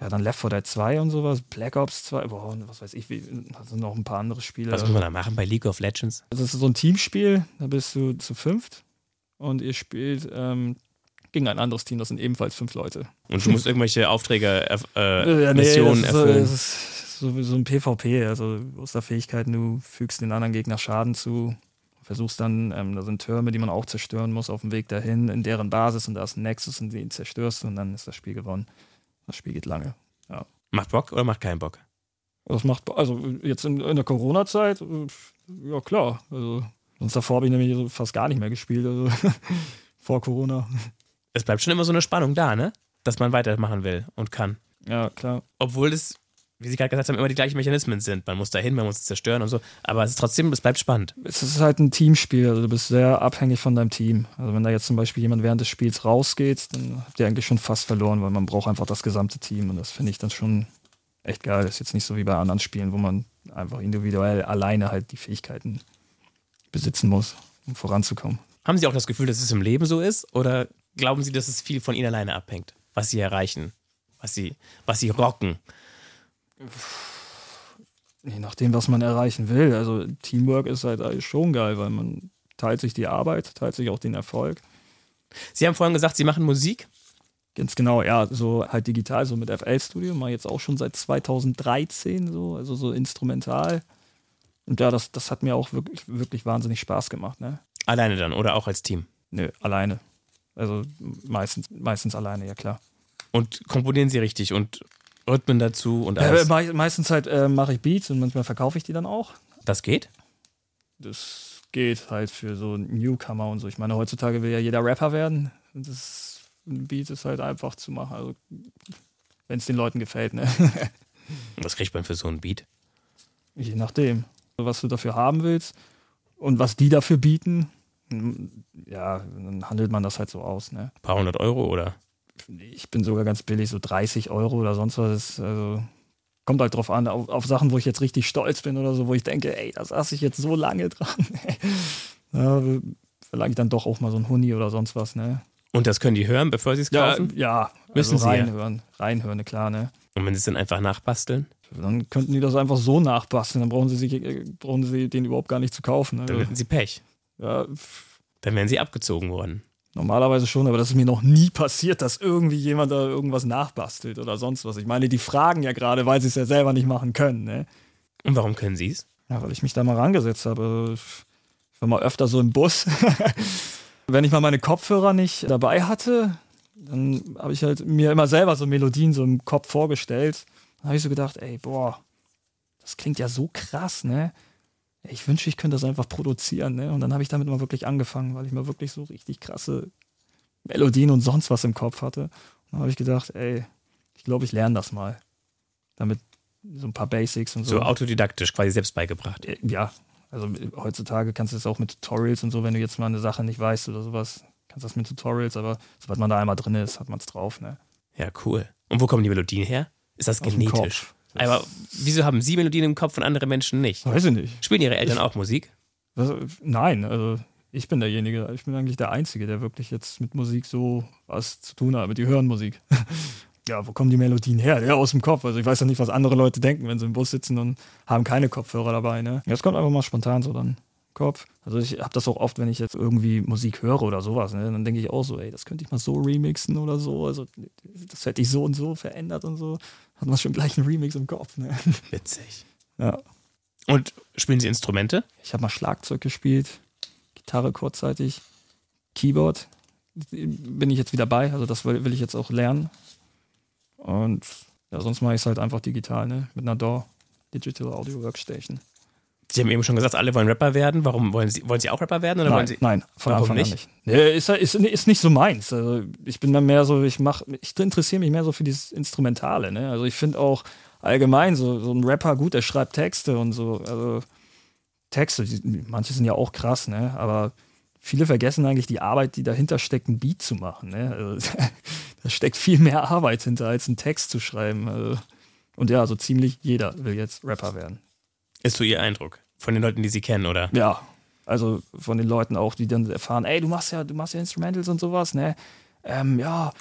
Speaker 2: ja, dann Left 4 Dead 2 und sowas, Black Ops 2, boah, und was weiß ich, wie, also noch ein paar andere Spiele.
Speaker 1: Was muss man da machen bei League of Legends?
Speaker 2: Also es ist so ein Teamspiel, da bist du zu fünft und ihr spielt ähm, gegen ein anderes Team, das sind ebenfalls fünf Leute.
Speaker 1: Und du musst irgendwelche Aufträge, erf- äh,
Speaker 2: Äh, ja, nee,
Speaker 1: Missionen
Speaker 2: das ist, so-
Speaker 1: erfüllen.
Speaker 2: das ist so, so ein PvP, also Osterfähigkeiten, du fügst den anderen Gegner Schaden zu, versuchst dann, ähm, da sind Türme, die man auch zerstören muss auf dem Weg dahin, in deren Basis und da ist ein Nexus und den zerstörst du und dann ist das Spiel gewonnen. Das Spiel geht lange.
Speaker 1: Macht Bock oder macht keinen Bock?
Speaker 2: Das macht, also jetzt in, in der Corona-Zeit, äh, ja klar, also sonst davor habe ich nämlich so fast gar nicht mehr gespielt, also (laughs) vor Corona.
Speaker 1: Es bleibt schon immer so eine Spannung da, ne? Dass man weitermachen will und kann.
Speaker 2: Ja, klar.
Speaker 1: Obwohl es, wie Sie gerade gesagt haben, immer die gleichen Mechanismen sind. Man muss dahin, man muss es zerstören und so. Aber es ist trotzdem, es bleibt spannend.
Speaker 2: es ist halt ein Teamspiel, also du bist sehr abhängig von deinem Team. Also wenn da jetzt zum Beispiel jemand während des Spiels rausgeht, dann habt ihr eigentlich schon fast verloren, weil man braucht einfach das gesamte Team und das finde ich dann schon echt geil. Das ist jetzt nicht so wie bei anderen Spielen, wo man einfach individuell alleine halt die Fähigkeiten besitzen muss, um voranzukommen.
Speaker 1: Haben Sie auch das Gefühl, dass es im Leben so ist? Oder glauben Sie, dass es viel von Ihnen alleine abhängt? Was Sie erreichen? Was Sie, was Sie rocken?
Speaker 2: Je nachdem, was man erreichen will. Also Teamwork ist halt eigentlich schon geil, weil man teilt sich die Arbeit, teilt sich auch den Erfolg.
Speaker 1: Sie haben vorhin gesagt, Sie machen Musik.
Speaker 2: Ganz genau, ja, so halt digital, so mit FL Studio, mal jetzt auch schon seit 2013 so, also so instrumental. Und ja, das, das hat mir auch wirklich, wirklich wahnsinnig Spaß gemacht, ne?
Speaker 1: Alleine dann oder auch als Team.
Speaker 2: Nö, alleine. Also meistens, meistens alleine, ja klar.
Speaker 1: Und komponieren Sie richtig und Rhythmen dazu und
Speaker 2: Äh,
Speaker 1: alles.
Speaker 2: mei- meistens halt äh, mache ich Beats und manchmal verkaufe ich die dann auch.
Speaker 1: Das geht?
Speaker 2: Das geht halt für so Newcomer und so. Ich meine, heutzutage will ja jeder Rapper werden. Und das ein Beat ist halt einfach zu machen. Also, wenn es den Leuten gefällt, ne?
Speaker 1: Was kriegt man für so einen Beat?
Speaker 2: Je nachdem, was du dafür haben willst und was die dafür bieten, m, ja, dann handelt man das halt so aus. Ne?
Speaker 1: Ein paar hundert Euro oder?
Speaker 2: Ich bin sogar ganz billig, so 30 Euro oder sonst was. Ist, also, kommt halt drauf an, auf, auf Sachen, wo ich jetzt richtig stolz bin oder so, wo ich denke, ey, da saß ich jetzt so (laughs) lange dran. ja, verlange ich dann doch auch mal so ein Huni oder sonst was. Ne?
Speaker 1: Und das können die hören, bevor sie es
Speaker 2: Ja,
Speaker 1: kaufen?
Speaker 2: ja.
Speaker 1: Müssen sie
Speaker 2: also
Speaker 1: ja.
Speaker 2: reinhören. Reinhören, klar, ne?
Speaker 1: Und wenn sie es dann einfach nachbasteln,
Speaker 2: Dann könnten die das einfach so nachbasteln, dann brauchen sie, sich, äh, brauchen sie den überhaupt gar nicht zu kaufen.
Speaker 1: dann
Speaker 2: Ne?
Speaker 1: hätten sie Pech.
Speaker 2: Ja, pff,
Speaker 1: Dann wären sie abgezogen worden.
Speaker 2: normalerweise schon, aber das ist mir noch nie passiert, dass irgendwie jemand da irgendwas nachbastelt oder sonst was. Ich meine, die fragen ja gerade, weil sie es ja selber nicht machen können, ne?
Speaker 1: Und warum können sie es?
Speaker 2: Ja, weil ich mich da mal rangesetzt habe. Also, Ich war mal öfter so im Bus. (laughs) Wenn ich mal meine Kopfhörer nicht dabei hatte, dann habe ich halt mir immer selber so Melodien so im Kopf vorgestellt. Dann habe ich so gedacht, ey, boah, das klingt ja so krass, ne? Ich wünsche, ich könnte das einfach produzieren, ne? Und dann habe ich damit mal wirklich angefangen, weil ich mal wirklich so richtig krasse Melodien und sonst was im Kopf hatte. Und dann habe ich gedacht, ey, ich glaube, ich lerne das mal. Damit so ein paar Basics und so.
Speaker 1: So autodidaktisch, quasi selbst beigebracht.
Speaker 2: Äh, ja, also äh, heutzutage kannst du es auch mit Tutorials und so, wenn du jetzt mal eine Sache nicht weißt oder sowas, kannst du das mit Tutorials, aber sobald man da einmal drin ist, hat man es drauf, ne?
Speaker 1: Ja, cool. Und wo kommen die Melodien her? Ist das
Speaker 2: Aus dem
Speaker 1: genetisch?
Speaker 2: Kopf. Das-
Speaker 1: Aber wieso haben sie Melodien im Kopf und andere Menschen nicht?
Speaker 2: Weiß ich nicht.
Speaker 1: Spielen ihre Eltern auch Musik?
Speaker 2: Was, äh, nein, also ich bin derjenige, ich bin eigentlich der Einzige, der wirklich jetzt mit Musik so was zu tun hat, die hören Musik. (laughs) Ja, wo kommen die Melodien her? Ja, aus dem Kopf. Also ich weiß ja nicht, was andere Leute denken, wenn sie im Bus sitzen und haben keine Kopfhörer dabei. Ne? Ja, es kommt einfach mal spontan so dann im Kopf. Also ich habe das auch oft, wenn ich jetzt irgendwie Musik höre oder sowas. Ne? Dann denke ich auch so, ey, das könnte ich mal so remixen oder so. Also das hätte ich so und so verändert und so. Hat man schon gleich einen Remix im Kopf. Ne? (laughs)
Speaker 1: Witzig.
Speaker 2: Ja.
Speaker 1: Und spielen sie Instrumente?
Speaker 2: Ich habe mal Schlagzeug gespielt, Gitarre kurzzeitig, Keyboard bin ich jetzt wieder bei, also das will, will ich jetzt auch lernen. Und ja, sonst mache ich es halt einfach digital, ne? Mit einer DAW, Digital Audio Workstation.
Speaker 1: Sie haben eben schon gesagt, alle wollen Rapper werden. Warum wollen sie, wollen sie auch Rapper werden? Oder wollen
Speaker 2: Nein,
Speaker 1: sie,
Speaker 2: nein, von
Speaker 1: Warum
Speaker 2: Anfang an nicht. Nee, ist, ist, ist nicht so meins. Also ich bin dann mehr so, ich mach, ich interessiere mich mehr so für dieses Instrumentale, ne? Also ich finde auch allgemein so, so ein Rapper gut, der schreibt Texte und so, also Texte, die, manche sind ja auch krass, ne? Aber viele vergessen eigentlich die Arbeit, die dahinter steckt, einen Beat zu machen, ne? Also, (laughs) da steckt viel mehr Arbeit hinter, als einen Text zu schreiben. Also, und ja, so ziemlich jeder will jetzt Rapper werden.
Speaker 1: Ist so ihr Eindruck von den Leuten, die sie kennen, oder?
Speaker 2: Ja, also von den Leuten auch, die dann erfahren, ey, du machst ja, du machst ja Instrumentals und sowas, ne? Ähm, ja,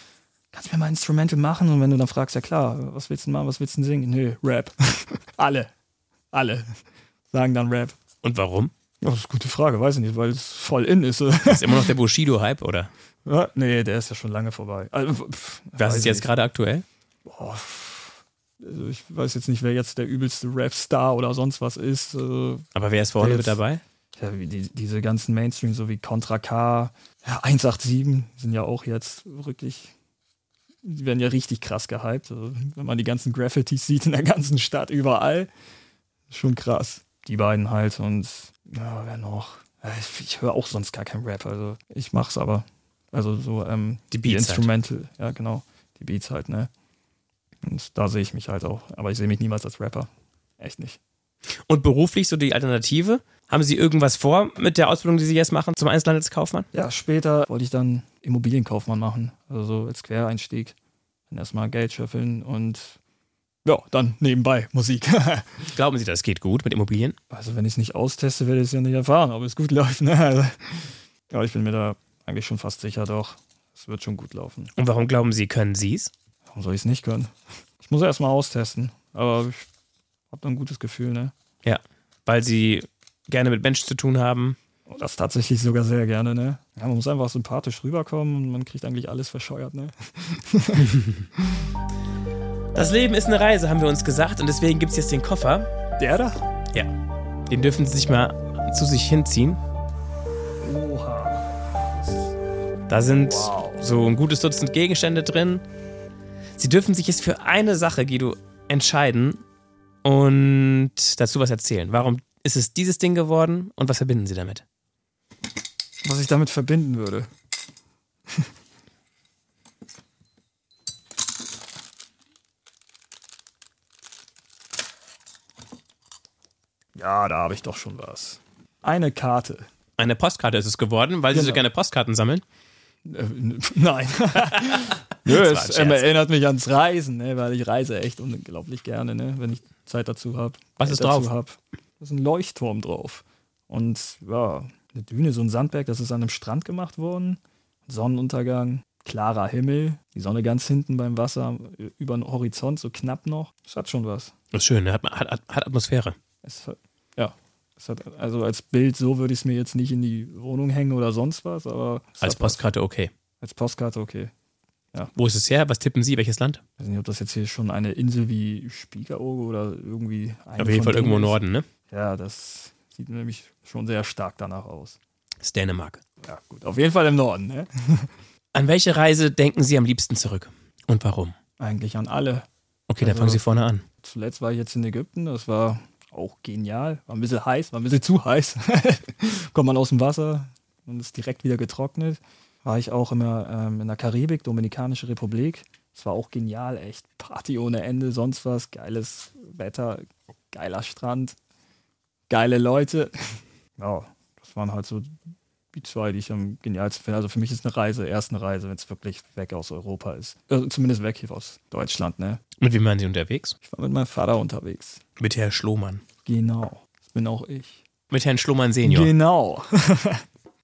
Speaker 2: kannst mir mal ein Instrumental machen? Und wenn du dann fragst, ja klar, was willst du denn machen, was willst du denn singen? Nö, Rap. (laughs) alle. Alle sagen dann Rap.
Speaker 1: Und warum?
Speaker 2: Ja, das ist eine gute Frage, weiß ich nicht, weil es voll in ist. (laughs)
Speaker 1: Ist immer noch der Bushido-Hype, oder?
Speaker 2: ja, nee, der ist ja schon lange vorbei. Also, pff,
Speaker 1: Was
Speaker 2: weiß
Speaker 1: ist
Speaker 2: ich
Speaker 1: jetzt
Speaker 2: nicht.
Speaker 1: gerade aktuell?
Speaker 2: Boah, pff. also ich weiß jetzt nicht, wer jetzt der übelste Rap-Star oder sonst was ist. Also,
Speaker 1: Aber wer ist vorne
Speaker 2: Jetzt-
Speaker 1: mit dabei?
Speaker 2: ja, wie die, diese ganzen Mainstream, so wie Contra K, ja, 187, sind ja auch jetzt wirklich, die werden ja richtig krass gehypt. Also, wenn man die ganzen Graffitis sieht in der ganzen Stadt, überall, schon krass. Die beiden halt und, ja, wer noch? Ja, ich- Ich höre auch sonst gar keinen Rap, also ich mach's aber. Also so, ähm,
Speaker 1: Die
Speaker 2: die
Speaker 1: Beats. halt.
Speaker 2: Instrumental, ja, genau, die Beats halt, ne. Und da sehe ich mich halt auch, aber ich sehe mich niemals als Rapper. Echt nicht.
Speaker 1: halt. Und beruflich so die Alternative? Haben Sie irgendwas vor mit der Ausbildung, die Sie jetzt machen zum Einzelhandelskaufmann?
Speaker 2: Ja, später wollte ich dann Immobilienkaufmann machen, also so als Quereinstieg. Dann erstmal Geld scheffeln und ja, dann nebenbei Musik. (laughs)
Speaker 1: Glauben Sie, das geht gut mit Immobilien?
Speaker 2: also wenn ich es nicht austeste, werde ich es ja nicht erfahren, ob es gut läuft. Ne? Also, ja, ich bin mir da eigentlich schon fast sicher, doch. Es wird schon gut laufen.
Speaker 1: Und warum glauben Sie, können Sie es?
Speaker 2: Warum soll ich es nicht können? Ich muss erstmal austesten, aber ich habe ein gutes Gefühl, ne?
Speaker 1: Weil Sie gerne mit Menschen zu tun haben?
Speaker 2: Und das tatsächlich sogar sehr gerne, ne? Ja, man muss einfach sympathisch rüberkommen und man kriegt eigentlich alles verscheuert, ne?
Speaker 1: Das Leben ist eine Reise, haben wir uns gesagt. Und deswegen gibt es jetzt den Koffer.
Speaker 2: Der da?
Speaker 1: Den dürfen Sie sich mal zu sich hinziehen.
Speaker 2: Oha.
Speaker 1: Da sind
Speaker 2: Wow.
Speaker 1: so ein gutes Dutzend Gegenstände drin. Sie dürfen sich jetzt für eine Sache, Guido, entscheiden und dazu was erzählen. Warum ist es dieses Ding geworden und was verbinden Sie damit?
Speaker 2: was ich damit verbinden würde. ja, da habe ich doch schon was. Eine Karte.
Speaker 1: Eine Postkarte ist es geworden, weil Sie so
Speaker 2: Genau.
Speaker 1: gerne Postkarten sammeln.
Speaker 2: Äh, (laughs) n-
Speaker 1: (laughs)
Speaker 2: nein. Nö,
Speaker 1: Das war ein
Speaker 2: es ähm,
Speaker 1: Scherz.
Speaker 2: erinnert mich ans Reisen, ne, weil ich reise echt unglaublich gerne, ne, wenn ich Zeit dazu habe.
Speaker 1: Was ist drauf?
Speaker 2: Hab. Da ist ein Leuchtturm drauf. Und ja, eine Düne, so ein Sandberg, das ist an einem Strand gemacht worden. Sonnenuntergang, klarer Himmel, die Sonne ganz hinten beim Wasser, über den Horizont, so knapp noch. Es hat schon was.
Speaker 1: Das ist schön, ne? hat, hat, hat Atmosphäre.
Speaker 2: Es hat, ja. Es hat, also als Bild so würde ich es mir jetzt nicht in die Wohnung hängen oder sonst was, aber.
Speaker 1: Als
Speaker 2: es hat was.
Speaker 1: Postkarte okay.
Speaker 2: Als Postkarte, okay.
Speaker 1: Wo ist es her? Was tippen Sie? Welches Land?
Speaker 2: Ich weiß nicht, ob das jetzt hier schon eine Insel wie Spiekeroog oder irgendwie eine
Speaker 1: Auf jeden
Speaker 2: von
Speaker 1: Fall
Speaker 2: denen
Speaker 1: irgendwo im
Speaker 2: ist.
Speaker 1: Norden, ne?
Speaker 2: Ja, das sieht nämlich schon sehr stark danach aus.
Speaker 1: Das ist Dänemark.
Speaker 2: Ja, gut. Auf jeden Fall im Norden, ne?
Speaker 1: An welche Reise denken Sie am liebsten zurück? Und warum?
Speaker 2: Eigentlich an alle.
Speaker 1: Okay, dann
Speaker 2: Also-
Speaker 1: fangen Sie vorne an.
Speaker 2: Zuletzt war ich jetzt in Ägypten, das war auch genial. War ein bisschen heiß, war ein bisschen zu heiß. (laughs) Kommt man aus dem Wasser und ist direkt wieder getrocknet. War ich auch immer ähm, in der Karibik, Dominikanische Republik. Es war auch genial, echt Party ohne Ende, sonst was, geiles Wetter, geiler Strand, geile Leute. (laughs) Ja, das waren halt so die zwei, die ich am genialsten finde. Also für mich ist eine Reise, erst eine Reise, wenn es wirklich weg aus Europa ist. Also zumindest weg hier aus Deutschland, ne?
Speaker 1: Mit wem waren Sie unterwegs?
Speaker 2: Ich war mit meinem Vater unterwegs.
Speaker 1: Mit Herrn Schlomann.
Speaker 2: Genau. Das bin auch ich.
Speaker 1: Mit Herrn Schlomann Senior.
Speaker 2: Genau.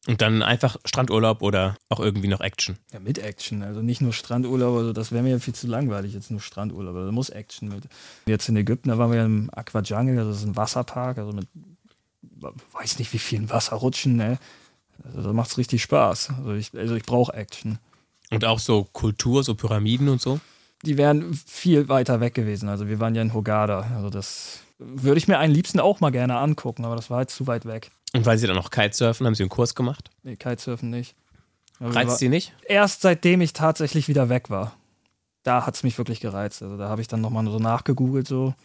Speaker 1: Und dann einfach Strandurlaub oder auch irgendwie noch Action.
Speaker 2: Ja, mit Action. Also nicht nur Strandurlaub, also das wäre mir ja viel zu langweilig, jetzt nur Strandurlaub. Also Da muss Action mit. Jetzt in Ägypten, da waren wir im Aqua Jungle, also das ist ein Wasserpark, also mit weiß nicht wie vielen Wasserrutschen, ne? Also da macht's richtig Spaß. Also ich, also ich brauche Action.
Speaker 1: Und auch so Kultur, so Pyramiden und so.
Speaker 2: Die wären viel weiter weg gewesen. Also wir waren ja in Hogada. Also das würde ich mir am liebsten auch mal gerne angucken, aber das war halt zu weit weg.
Speaker 1: Und weil Sie dann auch Kitesurfen, haben Sie einen Kurs gemacht?
Speaker 2: Nee, Kitesurfen nicht. Aber wir
Speaker 1: Reizt Sie nicht?
Speaker 2: erst seitdem ich tatsächlich wieder weg war. Da hat es mich wirklich gereizt. Also da habe ich dann nochmal so nachgegoogelt, so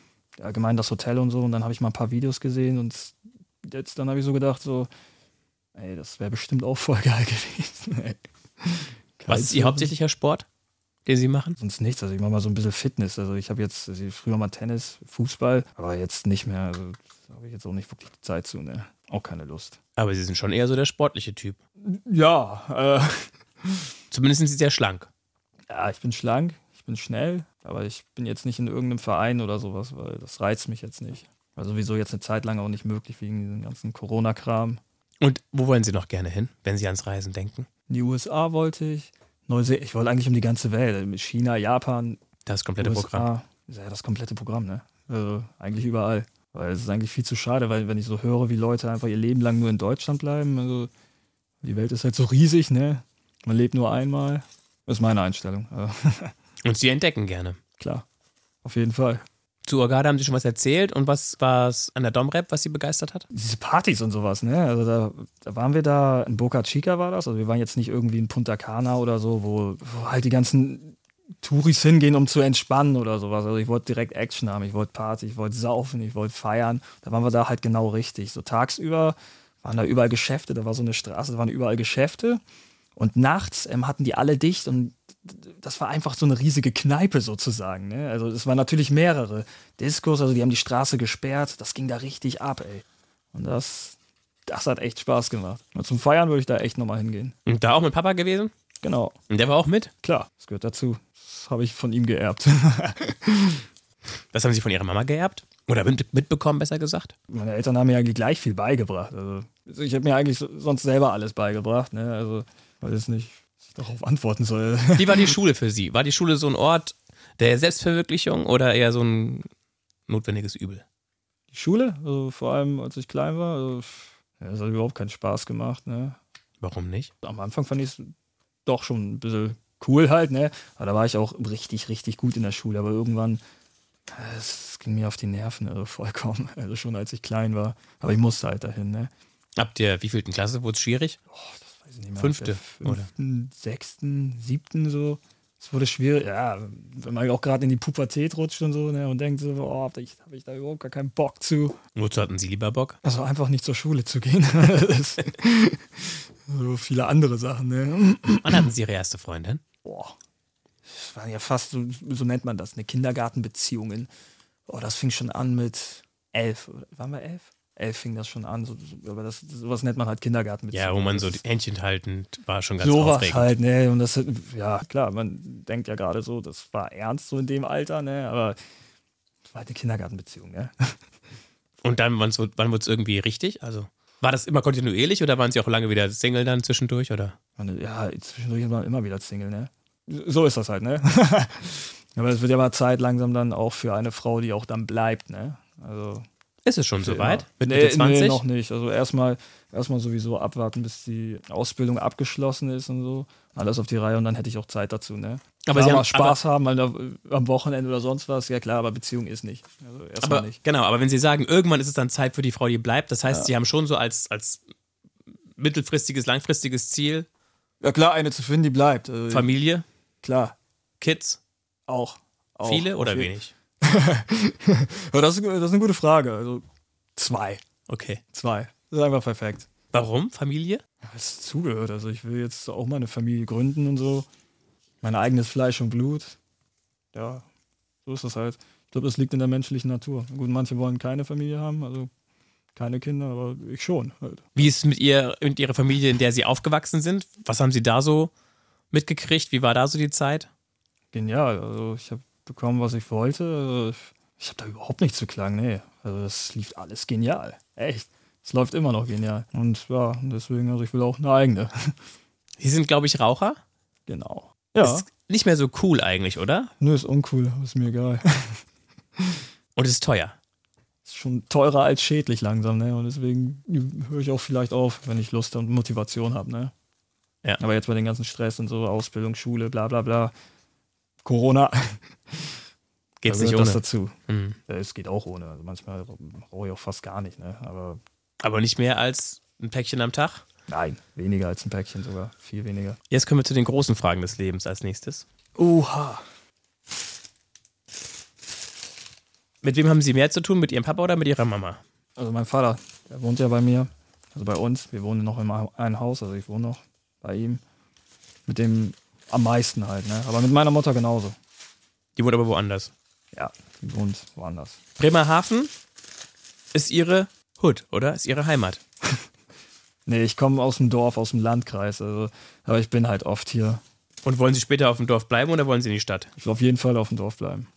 Speaker 2: allgemein das Hotel und so. Und dann habe ich mal ein paar Videos gesehen und jetzt dann habe ich so gedacht, so, ey, das wäre bestimmt auch voll geil (laughs) gewesen. Ey.
Speaker 1: Was ist Ihr hauptsächlicher Sport, den Sie machen?
Speaker 2: Sonst nichts. Also ich mache mal so ein bisschen Fitness. Also ich habe jetzt also früher mal Tennis, Fußball, aber jetzt nicht mehr. Also da habe ich jetzt auch nicht wirklich die Zeit zu, ne? Auch keine Lust.
Speaker 1: Aber Sie sind schon eher so der sportliche Typ.
Speaker 2: Ja, äh,
Speaker 1: Zumindest sind Sie sehr schlank.
Speaker 2: Ja, ich bin schlank, ich bin schnell, aber ich bin jetzt nicht in irgendeinem Verein oder sowas, weil das reizt mich jetzt nicht. War sowieso jetzt eine Zeit lang auch nicht möglich wegen diesem ganzen Corona-Kram.
Speaker 1: Und wo wollen Sie noch gerne hin, wenn Sie ans Reisen denken?
Speaker 2: In die USA wollte ich, Neuseeland, ich wollte eigentlich um die ganze Welt, China, Japan,
Speaker 1: Das komplette
Speaker 2: USA.
Speaker 1: Programm.
Speaker 2: Ist ja das komplette Programm, ne? Also eigentlich überall. Weil es ist eigentlich viel zu schade, weil wenn ich so höre, wie Leute einfach ihr Leben lang nur in Deutschland bleiben, also die Welt ist halt so riesig, ne? Man lebt nur einmal. Das ist meine Einstellung. Also,
Speaker 1: Und Sie entdecken gerne.
Speaker 2: (laughs) klar, auf jeden Fall.
Speaker 1: Zu Orgade haben Sie schon was erzählt und was war es an der Domrep, was Sie begeistert hat?
Speaker 2: diese Partys und sowas, ne? Also da, da waren wir da, in Boca Chica war das. Also wir waren jetzt nicht irgendwie in Punta Cana oder so, wo, wo halt die ganzen Touris hingehen, um zu entspannen oder sowas. Also ich wollte direkt Action haben, ich wollte Party, ich wollte saufen, ich wollte feiern. Da waren wir da halt genau richtig. So tagsüber waren da überall Geschäfte, da war so eine Straße, da waren überall Geschäfte. Und nachts ähm, hatten die alle dicht und das war einfach so eine riesige Kneipe sozusagen. Ne? Also es waren natürlich mehrere Diskos, also die haben die Straße gesperrt. Das ging da richtig ab, ey. Und das, das hat echt Spaß gemacht. Und zum Feiern würde ich da echt nochmal hingehen.
Speaker 1: Und da auch mit Papa gewesen?
Speaker 2: Genau,
Speaker 1: Und der war auch mit?
Speaker 2: klar, das gehört dazu. Das habe ich von ihm geerbt. (laughs)
Speaker 1: Das haben Sie von Ihrer Mama geerbt? Oder mit- mitbekommen, besser gesagt?
Speaker 2: Meine Eltern haben mir eigentlich gleich viel beigebracht. Also ich habe mir eigentlich so- sonst selber alles beigebracht. Ne? Also weiß jetzt nicht, was ich darauf antworten soll. (laughs)
Speaker 1: Wie war die Schule für Sie? War die Schule so ein Ort der Selbstverwirklichung oder eher so ein notwendiges Übel?
Speaker 2: Die Schule, also vor allem als ich klein war, also, ja, das hat überhaupt keinen Spaß gemacht. Ne?
Speaker 1: Warum nicht?
Speaker 2: am Anfang fand ich es doch schon ein bisschen cool halt, ne? Aber da war ich auch richtig, richtig gut in der Schule. Aber irgendwann, äh, es ging mir auf die Nerven, also vollkommen. (laughs) Also schon als ich klein war. Aber ich musste halt dahin, ne?
Speaker 1: Ab der wievielten Klasse wurde es schwierig?
Speaker 2: Weiß ich nicht mehr,
Speaker 1: Fünfte,
Speaker 2: der fünften, sechsten, siebten so. Es wurde schwierig, ja, wenn man auch gerade in die Pubertät rutscht und so, ne? Und denkt so, oh, hab ich, hab ich da überhaupt gar keinen Bock zu.
Speaker 1: Wozu hatten Sie lieber Bock?
Speaker 2: Also einfach nicht zur Schule zu gehen. (laughs) Das- so viele andere Sachen, ne?
Speaker 1: Wann hatten Sie Ihre erste Freundin?
Speaker 2: boah, das waren ja fast, so, so nennt man das, eine Kindergartenbeziehungen. Oh, das fing schon an mit elf. oder- Waren wir elf? Elf fing das schon an. So, so, aber das, sowas nennt man halt Kindergartenbeziehungen.
Speaker 1: Ja, wo man so
Speaker 2: Das
Speaker 1: die
Speaker 2: ist
Speaker 1: Händchen haltend war schon ganz
Speaker 2: Sowas
Speaker 1: aufregend.
Speaker 2: halt, ne? Und das, ja, klar, man denkt ja gerade so, das war ernst so in dem Alter, ne? Aber das war halt eine Kindergartenbeziehung, ne?
Speaker 1: Und dann, wann's, wurde- wann wurde es irgendwie richtig? Also, war das immer kontinuierlich oder waren Sie auch lange wieder Single dann zwischendurch? Oder?
Speaker 2: Meine, ja, zwischendurch ist man immer wieder Single, ne? So ist das halt, ne? (laughs) Aber es wird ja mal Zeit langsam dann auch für eine Frau, die auch dann bleibt, ne? Also.
Speaker 1: Ist es schon soweit?
Speaker 2: Mit
Speaker 1: Mit
Speaker 2: nee,
Speaker 1: Mitte
Speaker 2: nee,
Speaker 1: 20?
Speaker 2: noch nicht. Also erstmal erstmal sowieso abwarten, bis die Ausbildung abgeschlossen ist und so. Alles auf die Reihe und dann hätte ich auch Zeit dazu, ne?
Speaker 1: Aber
Speaker 2: klar,
Speaker 1: Sie haben-
Speaker 2: mal Spaß haben mal da, am Wochenende oder sonst was. Ja klar, aber Beziehung ist nicht. Also erstmal
Speaker 1: aber,
Speaker 2: nicht.
Speaker 1: Genau, aber wenn Sie sagen, irgendwann ist es dann Zeit für die Frau, die bleibt, das heißt, Sie haben schon so als, als mittelfristiges, langfristiges Ziel
Speaker 2: Ja klar, eine zu finden, die bleibt. Also,
Speaker 1: Familie,
Speaker 2: klar,
Speaker 1: Kids,
Speaker 2: auch. auch
Speaker 1: viele oder
Speaker 2: Auf jeden-
Speaker 1: wenig?
Speaker 2: Ja, das, ist, das ist eine gute Frage. Also zwei.
Speaker 1: Okay.
Speaker 2: Zwei. Das ist einfach perfekt.
Speaker 1: Warum Familie?
Speaker 2: Es zugehört. Also ich will jetzt auch meine Familie gründen und so. Mein eigenes Fleisch und Blut. Ja, so ist das halt. Ich glaube, das liegt in der menschlichen Natur. Gut, manche wollen keine Familie haben, also keine Kinder, aber ich schon. Halt.
Speaker 1: Wie ist es mit, ihr, mit Ihrer Familie, in der Sie aufgewachsen sind? Was haben Sie da so mitgekriegt? Wie war da so die Zeit?
Speaker 2: Genial. Also ich habe bekommen, was ich wollte. Also ich- Ich habe da überhaupt nichts zu klagen, nee. Also das lief alles genial. Echt. Es läuft immer noch genial. Und ja, deswegen, also ich will auch eine eigene. (laughs)
Speaker 1: Sie sind, glaube ich, Raucher?
Speaker 2: Genau. Ja.
Speaker 1: Ist nicht mehr so cool eigentlich, oder?
Speaker 2: Nö, ist uncool, aber ist mir egal.
Speaker 1: Und es ist teuer.
Speaker 2: Ist schon teurer als schädlich langsam, ne? Und deswegen höre ich auch vielleicht auf, wenn ich Lust und Motivation habe, ne?
Speaker 1: Ja.
Speaker 2: Aber jetzt bei den ganzen Stress und so, Ausbildung, Schule, bla bla bla. Corona, (laughs)
Speaker 1: Geht's
Speaker 2: da
Speaker 1: nicht
Speaker 2: gehört Also das
Speaker 1: ohne.
Speaker 2: dazu.
Speaker 1: Mhm.
Speaker 2: Ja, es geht auch ohne. Also manchmal rauche ich auch fast gar nicht, ne? Aber
Speaker 1: Aber nicht mehr als ein Päckchen am Tag.
Speaker 2: nein, weniger als ein Päckchen sogar. Viel weniger.
Speaker 1: Jetzt kommen wir zu den großen Fragen des Lebens als nächstes.
Speaker 2: Oha.
Speaker 1: Mit wem haben Sie mehr zu tun? Mit Ihrem Papa oder mit Ihrer Mama?
Speaker 2: Also mein Vater, der wohnt ja bei mir, also bei uns. Wir wohnen noch in einem Haus, also ich wohne noch bei ihm. Mit dem am meisten halt, ne? Aber mit meiner Mutter genauso.
Speaker 1: Die wohnt aber woanders.
Speaker 2: Ja, die wohnt woanders.
Speaker 1: Bremerhaven ist Ihre Hood, oder? Ist Ihre Heimat.
Speaker 2: Nee, ich komme aus dem Dorf, aus dem Landkreis, also, aber ich bin halt oft hier.
Speaker 1: Und wollen Sie später auf dem Dorf bleiben oder wollen Sie in die Stadt?
Speaker 2: Ich will auf jeden Fall auf dem Dorf bleiben.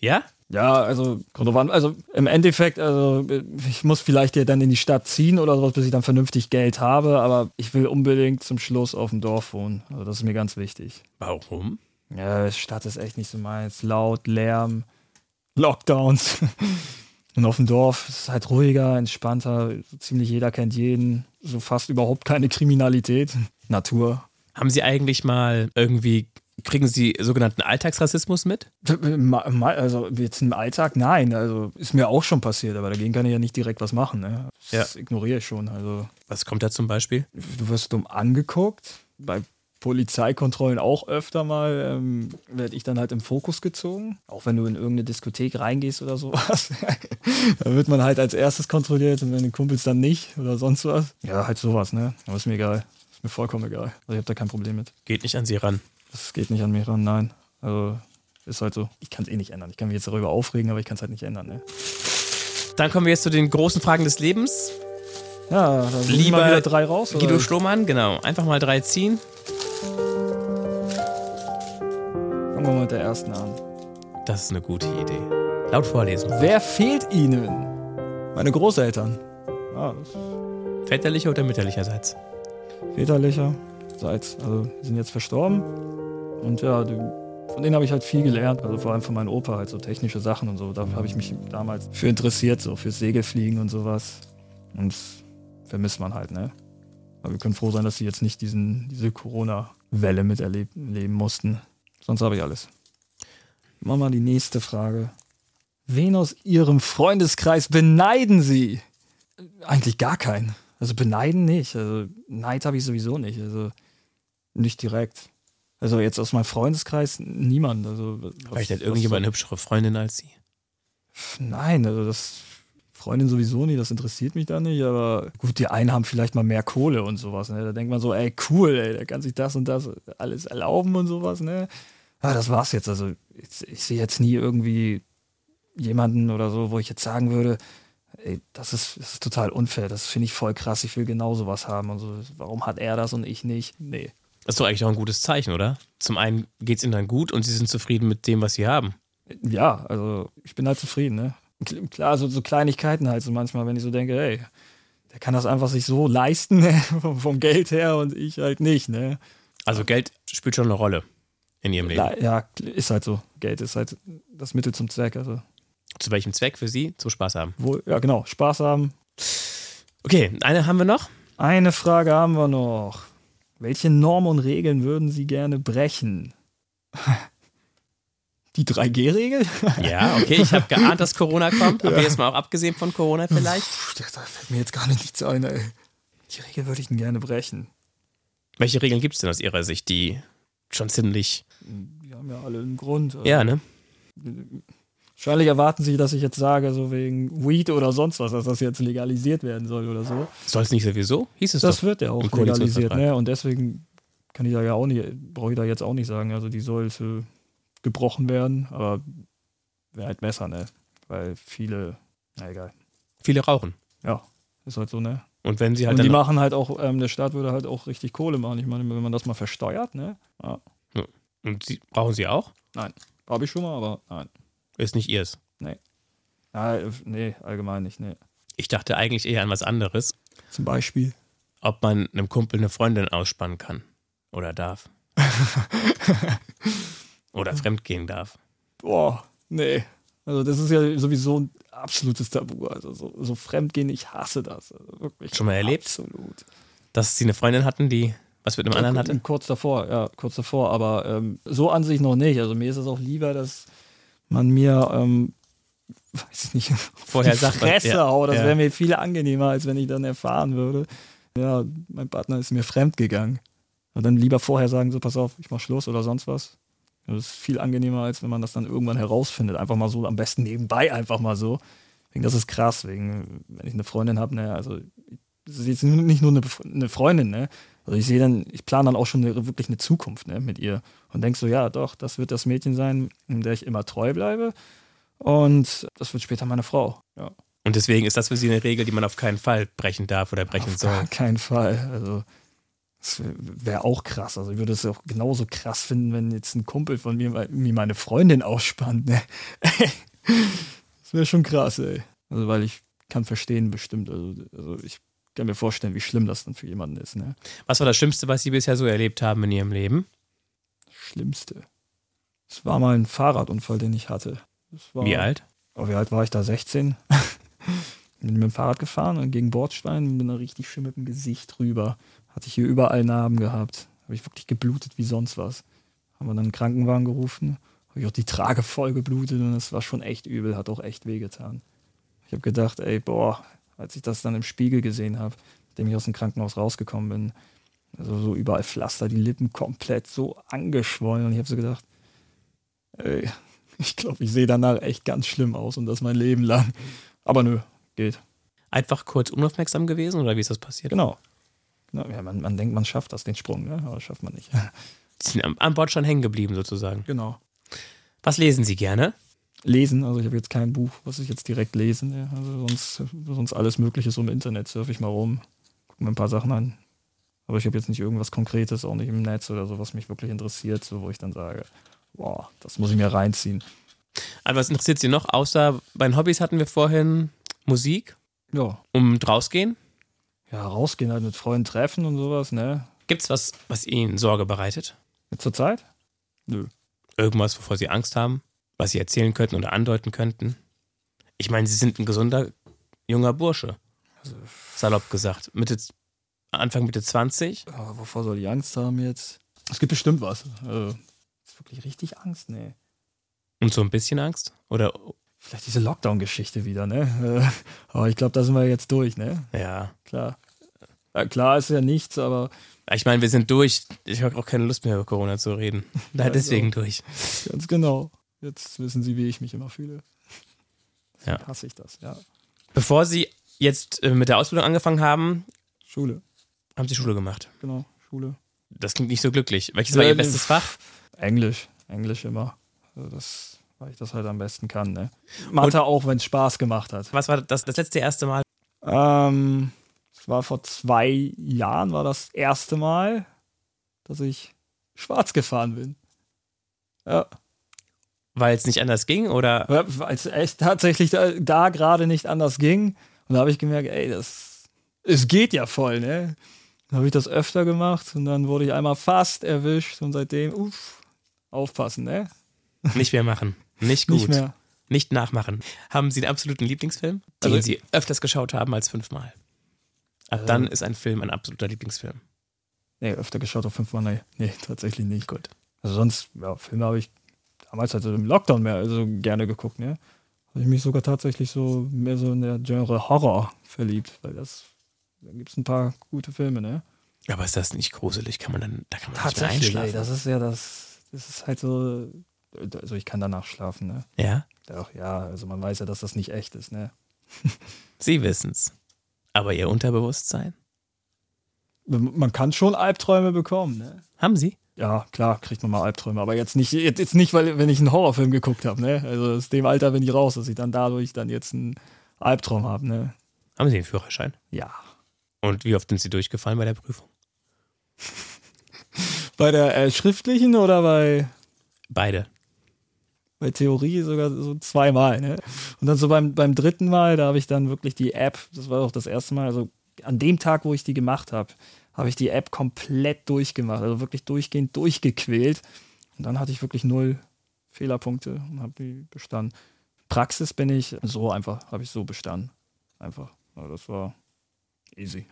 Speaker 1: Ja?
Speaker 2: Ja, also, kommt drauf an. also im Endeffekt, also ich muss vielleicht ja dann in die Stadt ziehen oder sowas, bis ich dann vernünftig Geld habe, aber ich will unbedingt zum Schluss auf dem Dorf wohnen. Also das ist mir ganz wichtig.
Speaker 1: Warum?
Speaker 2: Ja, Stadt ist echt nicht so meins. Laut, Lärm, Lockdowns. (laughs) Und auf dem Dorf ist es halt ruhiger, entspannter. So Ziemlich jeder kennt jeden. So fast überhaupt keine Kriminalität. Natur.
Speaker 1: Haben Sie eigentlich mal irgendwie, kriegen Sie sogenannten Alltagsrassismus mit?
Speaker 2: Ma- ma- Also jetzt im Alltag, nein. Also ist mir auch schon passiert, aber dagegen kann ich ja nicht direkt was machen. Ne? Das ignoriere ich schon. Also
Speaker 1: Was kommt da zum Beispiel?
Speaker 2: du wirst dumm angeguckt. Bei Polizeikontrollen auch öfter mal ähm, werde ich dann halt im Fokus gezogen. Auch wenn du in irgendeine Diskothek reingehst oder sowas. (laughs) da wird man halt als erstes kontrolliert und wenn die Kumpels dann nicht oder sonst was. Ja, halt sowas, ne? Aber ist mir egal. Ist mir vollkommen egal. Also ich habe da kein Problem mit.
Speaker 1: Geht nicht an Sie ran.
Speaker 2: Das geht nicht an mich ran, nein. Also ist halt so. Ich kann es eh nicht ändern. Ich kann mich jetzt darüber aufregen, aber ich kann es halt nicht ändern, ne?
Speaker 1: Dann kommen wir jetzt zu den großen Fragen des Lebens.
Speaker 2: Ja, da sind
Speaker 1: Lieber
Speaker 2: mal wieder drei raus. Oder?
Speaker 1: Guido Schlohmann, genau. Einfach mal drei ziehen.
Speaker 2: Fangen wir mal mit der ersten an.
Speaker 1: Das ist eine gute Idee. Laut vorlesen.
Speaker 2: Wer fehlt Ihnen? Meine Großeltern. Ah, das
Speaker 1: Väterlicher oder mütterlicherseits?
Speaker 2: väterlicherseits. Also die sind jetzt verstorben. Und ja, die, von denen habe ich halt viel gelernt. Also vor allem von meinem Opa, halt so technische Sachen und so. Da habe ich mich damals für interessiert, so fürs Segelfliegen und sowas. Und das vermisst man halt, ne? Aber wir können froh sein, dass sie jetzt nicht diesen, diese Corona-Welle miterleben mussten. Sonst habe ich alles. Machen wir die nächste Frage. Wen aus Ihrem Freundeskreis beneiden Sie? Eigentlich gar keinen. Also beneiden nicht. Also Neid habe ich sowieso nicht. Also nicht direkt. Also jetzt aus meinem Freundeskreis niemand. Also was-
Speaker 1: Vielleicht hat
Speaker 2: was-
Speaker 1: irgendjemand eine hübschere Freundin als Sie.
Speaker 2: Pff, Nein, also das Freundin sowieso nicht, das interessiert mich da nicht, aber gut, die einen haben vielleicht mal mehr Kohle und sowas, ne? Da denkt man so, ey, cool, ey, der kann sich das und das alles erlauben und sowas, ne? Ah, das war's jetzt. Also ich, ich sehe jetzt nie irgendwie jemanden oder so, wo ich jetzt sagen würde, ey, das ist, das ist total unfair, das finde ich voll krass, ich will genau sowas haben und so. Warum hat er das und ich nicht? Nee.
Speaker 1: Das ist doch eigentlich auch ein gutes Zeichen, oder? Zum einen geht es ihnen dann gut und sie sind zufrieden mit dem, was sie haben.
Speaker 2: ja, also ich bin halt zufrieden, ne? Kl- Klar, so, so Kleinigkeiten halt so manchmal, wenn ich so denke, hey, der kann das einfach sich so leisten, (laughs) ne? vom, vom Geld her und ich halt nicht, ne?
Speaker 1: Also Geld spielt schon eine Rolle in ihrem Leben.
Speaker 2: Le- Ja, ist halt so. Geld ist halt das Mittel zum Zweck. Also
Speaker 1: Zu welchem Zweck für sie? Zu Spaß haben.
Speaker 2: wohl, ja genau, Spaß haben.
Speaker 1: Okay, eine haben wir
Speaker 2: (laughs)
Speaker 1: noch.
Speaker 2: Eine Frage haben wir noch. Welche Normen und Regeln würden Sie gerne brechen? (laughs) Die 3G-Regel?
Speaker 1: Ja, okay, ich habe geahnt, dass Corona kommt, aber jetzt mal auch abgesehen von Corona vielleicht.
Speaker 2: (laughs) Da fällt mir jetzt gar nichts ein, ey. Die Regel würde ich denn gerne brechen.
Speaker 1: Welche Regeln gibt es denn aus Ihrer Sicht, die schon ziemlich.
Speaker 2: Die Hm, haben ja alle einen Grund. also.
Speaker 1: Ja, ne?
Speaker 2: Wahrscheinlich erwarten Sie, dass ich jetzt sage, so wegen Weed oder sonst was, dass das jetzt legalisiert werden soll oder so.
Speaker 1: Soll es nicht sowieso? Hieß es
Speaker 2: Das
Speaker 1: doch.
Speaker 2: wird ja auch
Speaker 1: Im
Speaker 2: legalisiert,
Speaker 1: Koalitionsvertrag.
Speaker 2: ne? Und deswegen kann ich da ja auch nicht, brauche ich da jetzt auch nicht sagen. Also die sollte gebrochen werden, aber wäre halt besser, ne? Weil viele, na egal.
Speaker 1: Viele rauchen.
Speaker 2: Ja, ist halt so, ne?
Speaker 1: Und wenn sie halt
Speaker 2: Und die
Speaker 1: dann.
Speaker 2: machen halt auch, ähm, der Staat würde halt auch richtig Kohle machen. Ich meine, wenn man das mal versteuert, ne? Ja,
Speaker 1: Und sie, rauchen sie auch?
Speaker 2: hab ich schon mal, aber nein.
Speaker 1: Ist nicht ihrs.
Speaker 2: Ja, äh, nee, allgemein nicht, ne?
Speaker 1: Ich dachte eigentlich eher an was anderes,
Speaker 2: Zum Beispiel.
Speaker 1: ob man einem Kumpel eine Freundin ausspannen kann. Oder
Speaker 2: (laughs)
Speaker 1: darf. Oder fremdgehen darf.
Speaker 2: Boah, nee. Also das ist ja sowieso ein absolutes Tabu. Also so, so Fremdgehen, ich hasse das. Also wirklich.
Speaker 1: Schon mal erlebt?
Speaker 2: Absolut.
Speaker 1: Dass sie eine Freundin hatten, die was mit einem anderen hatte?
Speaker 2: Äh, Kurz davor, ja, kurz davor. Aber ähm, so an sich noch nicht. Also mir ist es auch lieber, dass man mir, ähm, (laughs) weiß ich nicht,
Speaker 1: Vorher
Speaker 2: die
Speaker 1: sagt man,
Speaker 2: Fresse
Speaker 1: ja,
Speaker 2: haut. Das
Speaker 1: ja.
Speaker 2: wäre mir viel angenehmer, als wenn ich dann erfahren würde, ja, mein Partner ist mir fremd gegangen. Und dann lieber vorher sagen, so pass auf, ich mach Schluss oder sonst was. Das ist viel angenehmer, als wenn man das dann irgendwann herausfindet. Einfach mal so, am besten nebenbei einfach mal so. Deswegen, das ist krass, wegen, wenn ich eine Freundin habe, ne, also das ist jetzt nicht nur eine, Bef- eine Freundin, ne? Also ich sehe dann, ich plane dann auch schon eine, wirklich eine Zukunft ne, mit ihr und denk so, ja doch, das wird das Mädchen sein, in der ich immer treu bleibe und das wird später meine Frau. Ja,
Speaker 1: Und deswegen ist das für sie eine Regel, die man auf keinen Fall brechen darf oder brechen
Speaker 2: auf
Speaker 1: soll.
Speaker 2: gar keinen Fall. Also das wäre auch krass. Also ich würde es auch genauso krass finden, wenn jetzt ein Kumpel von mir me- mir meine Freundin ausspannt. Ne? (laughs) das wäre schon krass, ey. Also weil ich kann verstehen bestimmt. Also, also ich kann mir vorstellen, wie schlimm das dann für jemanden ist. Ne?
Speaker 1: Was war das Schlimmste, was Sie bisher so erlebt haben in Ihrem Leben?
Speaker 2: Schlimmste. Es war mal ein Fahrradunfall, den ich hatte. Das war,
Speaker 1: Wie alt?
Speaker 2: Oh, wie alt war ich da? 16. (laughs) bin mit dem Fahrrad gefahren und gegen Bordstein und bin da richtig schön mit dem Gesicht drüber. Hatte ich hier überall Narben gehabt. Habe ich wirklich geblutet wie sonst was. Haben wir dann einen Krankenwagen gerufen. Habe ich auch die Trage voll geblutet und das war schon echt übel. Hat auch echt wehgetan. Ich habe gedacht, ey, boah, als ich das dann im Spiegel gesehen habe, dem ich aus dem Krankenhaus rausgekommen bin, also so überall Pflaster, die Lippen komplett so angeschwollen. Und ich habe so gedacht, ey, ich glaube, ich sehe danach echt ganz schlimm aus und das mein Leben lang. Aber nö, geht.
Speaker 1: Einfach kurz unaufmerksam gewesen oder wie ist das passiert?
Speaker 2: Genau. genau. Ja, man, man denkt, man schafft das, den Sprung, ne? aber das schafft man nicht. (laughs)
Speaker 1: Sie sind am, am Bordstein hängen geblieben sozusagen.
Speaker 2: Genau.
Speaker 1: Was lesen Sie gerne?
Speaker 2: Lesen, also ich habe jetzt kein Buch, was ich jetzt direkt lesen. Ne? Also sonst, sonst alles Mögliche so im Internet surfe ich mal rum, gucke mir ein paar Sachen an. Aber ich habe jetzt nicht irgendwas Konkretes, auch nicht im Netz oder so, was mich wirklich interessiert, so wo ich dann sage, boah, das muss ich mir reinziehen.
Speaker 1: Also was interessiert Sie noch? Außer bei den Hobbys hatten wir vorhin Musik,
Speaker 2: Ja,
Speaker 1: um rausgehen.
Speaker 2: ja, rausgehen halt mit Freunden treffen und sowas, ne?
Speaker 1: Gibt's was, was Ihnen Sorge bereitet?
Speaker 2: Jetzt zur Zeit?
Speaker 1: Irgendwas, wovor Sie Angst haben, was Sie erzählen könnten oder andeuten könnten? Ich meine, Sie sind ein gesunder junger Bursche,
Speaker 2: Also,
Speaker 1: salopp gesagt. Mitte, Anfang Mitte 20.
Speaker 2: Aber wovor soll ich Angst haben jetzt? Es gibt bestimmt was. Also, ist wirklich richtig Angst, ne?
Speaker 1: Und so ein bisschen Angst? Oder
Speaker 2: Vielleicht diese Lockdown-Geschichte wieder, ne? (laughs) Äh, Aber ich glaube, da sind wir jetzt durch, ne?
Speaker 1: ja.
Speaker 2: Klar. Ja, klar ist ja nichts, aber
Speaker 1: Ich meine, wir sind durch. Ich habe auch keine Lust mehr über Corona zu reden. Na,
Speaker 2: Ja,
Speaker 1: deswegen
Speaker 2: ich
Speaker 1: durch.
Speaker 2: ganz genau. Jetzt wissen Sie, wie ich mich immer fühle.
Speaker 1: Ja.
Speaker 2: Hasse ich das, ja.
Speaker 1: Bevor Sie jetzt äh, mit der Ausbildung angefangen haben,
Speaker 2: Schule,
Speaker 1: haben Sie Schule gemacht.
Speaker 2: genau, Schule.
Speaker 1: Das klingt nicht so glücklich. Welches war Ihr
Speaker 2: Ähm,
Speaker 1: bestes Fach?
Speaker 2: Englisch, Englisch immer. Also das, weil ich das halt am besten kann, ne? Mathe auch, wenn es Spaß gemacht hat.
Speaker 1: Was war das, das letzte erste Mal?
Speaker 2: Ähm, es war vor zwei Jahren, war das erste Mal, dass ich schwarz gefahren bin. Ja,
Speaker 1: Weil es nicht anders ging? Oder
Speaker 2: weil es echt tatsächlich da, da gerade nicht anders ging. Und da habe ich gemerkt, ey, das es geht ja voll, ne? Dann habe ich das öfter gemacht und dann wurde ich einmal fast erwischt und seitdem, uff, aufpassen, ne?
Speaker 1: Nicht mehr machen. Nicht gut.
Speaker 2: Nicht mehr.
Speaker 1: Nicht nachmachen. Haben Sie einen absoluten Lieblingsfilm, den Also
Speaker 2: Also-
Speaker 1: Sie öfters geschaut haben als fünfmal? Ab dann ist ein Film ein absoluter Lieblingsfilm.
Speaker 2: Nee, öfter geschaut auf fünfmal, nee, nee, (laughs) tatsächlich nicht. Gut. Also sonst, ja, Filme habe ich damals halt so im Lockdown mehr also gerne geguckt, ne? Habe ich mich sogar tatsächlich so mehr so in der Genre Horror verliebt, weil das, da gibt es ein paar gute Filme, ne?
Speaker 1: Aber ist das nicht gruselig? Kann man dann, da kann man nicht mehr
Speaker 2: Tatsächlich, ey,
Speaker 1: einschlafen.
Speaker 2: das ist ja das, das ist halt so, also ich kann danach schlafen, ne?
Speaker 1: ja,
Speaker 2: Doch, ja, also man weiß ja, dass das nicht echt ist, ne?
Speaker 1: Sie wissen's. Aber Ihr Unterbewusstsein?
Speaker 2: Man kann schon Albträume bekommen, ne?
Speaker 1: Haben Sie?
Speaker 2: Ja, klar, kriegt man mal Albträume, aber jetzt nicht, jetzt, jetzt nicht, weil wenn ich einen Horrorfilm geguckt habe, ne? Also aus dem Alter bin ich raus, dass ich dann dadurch dann jetzt einen Albtraum habe, ne?
Speaker 1: Haben Sie einen Führerschein?
Speaker 2: Ja.
Speaker 1: Und wie oft sind Sie durchgefallen bei der Prüfung?
Speaker 2: Bei der äh, schriftlichen oder bei,
Speaker 1: Beide.
Speaker 2: bei Theorie sogar so zweimal, ne? Und dann so beim, beim dritten Mal, da habe ich dann wirklich die App, das war auch das erste Mal, also an dem Tag, wo ich die gemacht habe, habe ich die App komplett durchgemacht, also wirklich durchgehend durchgequält. Und dann hatte ich wirklich null Fehlerpunkte und habe die bestanden. Praxis bin ich so einfach, habe ich so bestanden. Einfach. Also das war easy.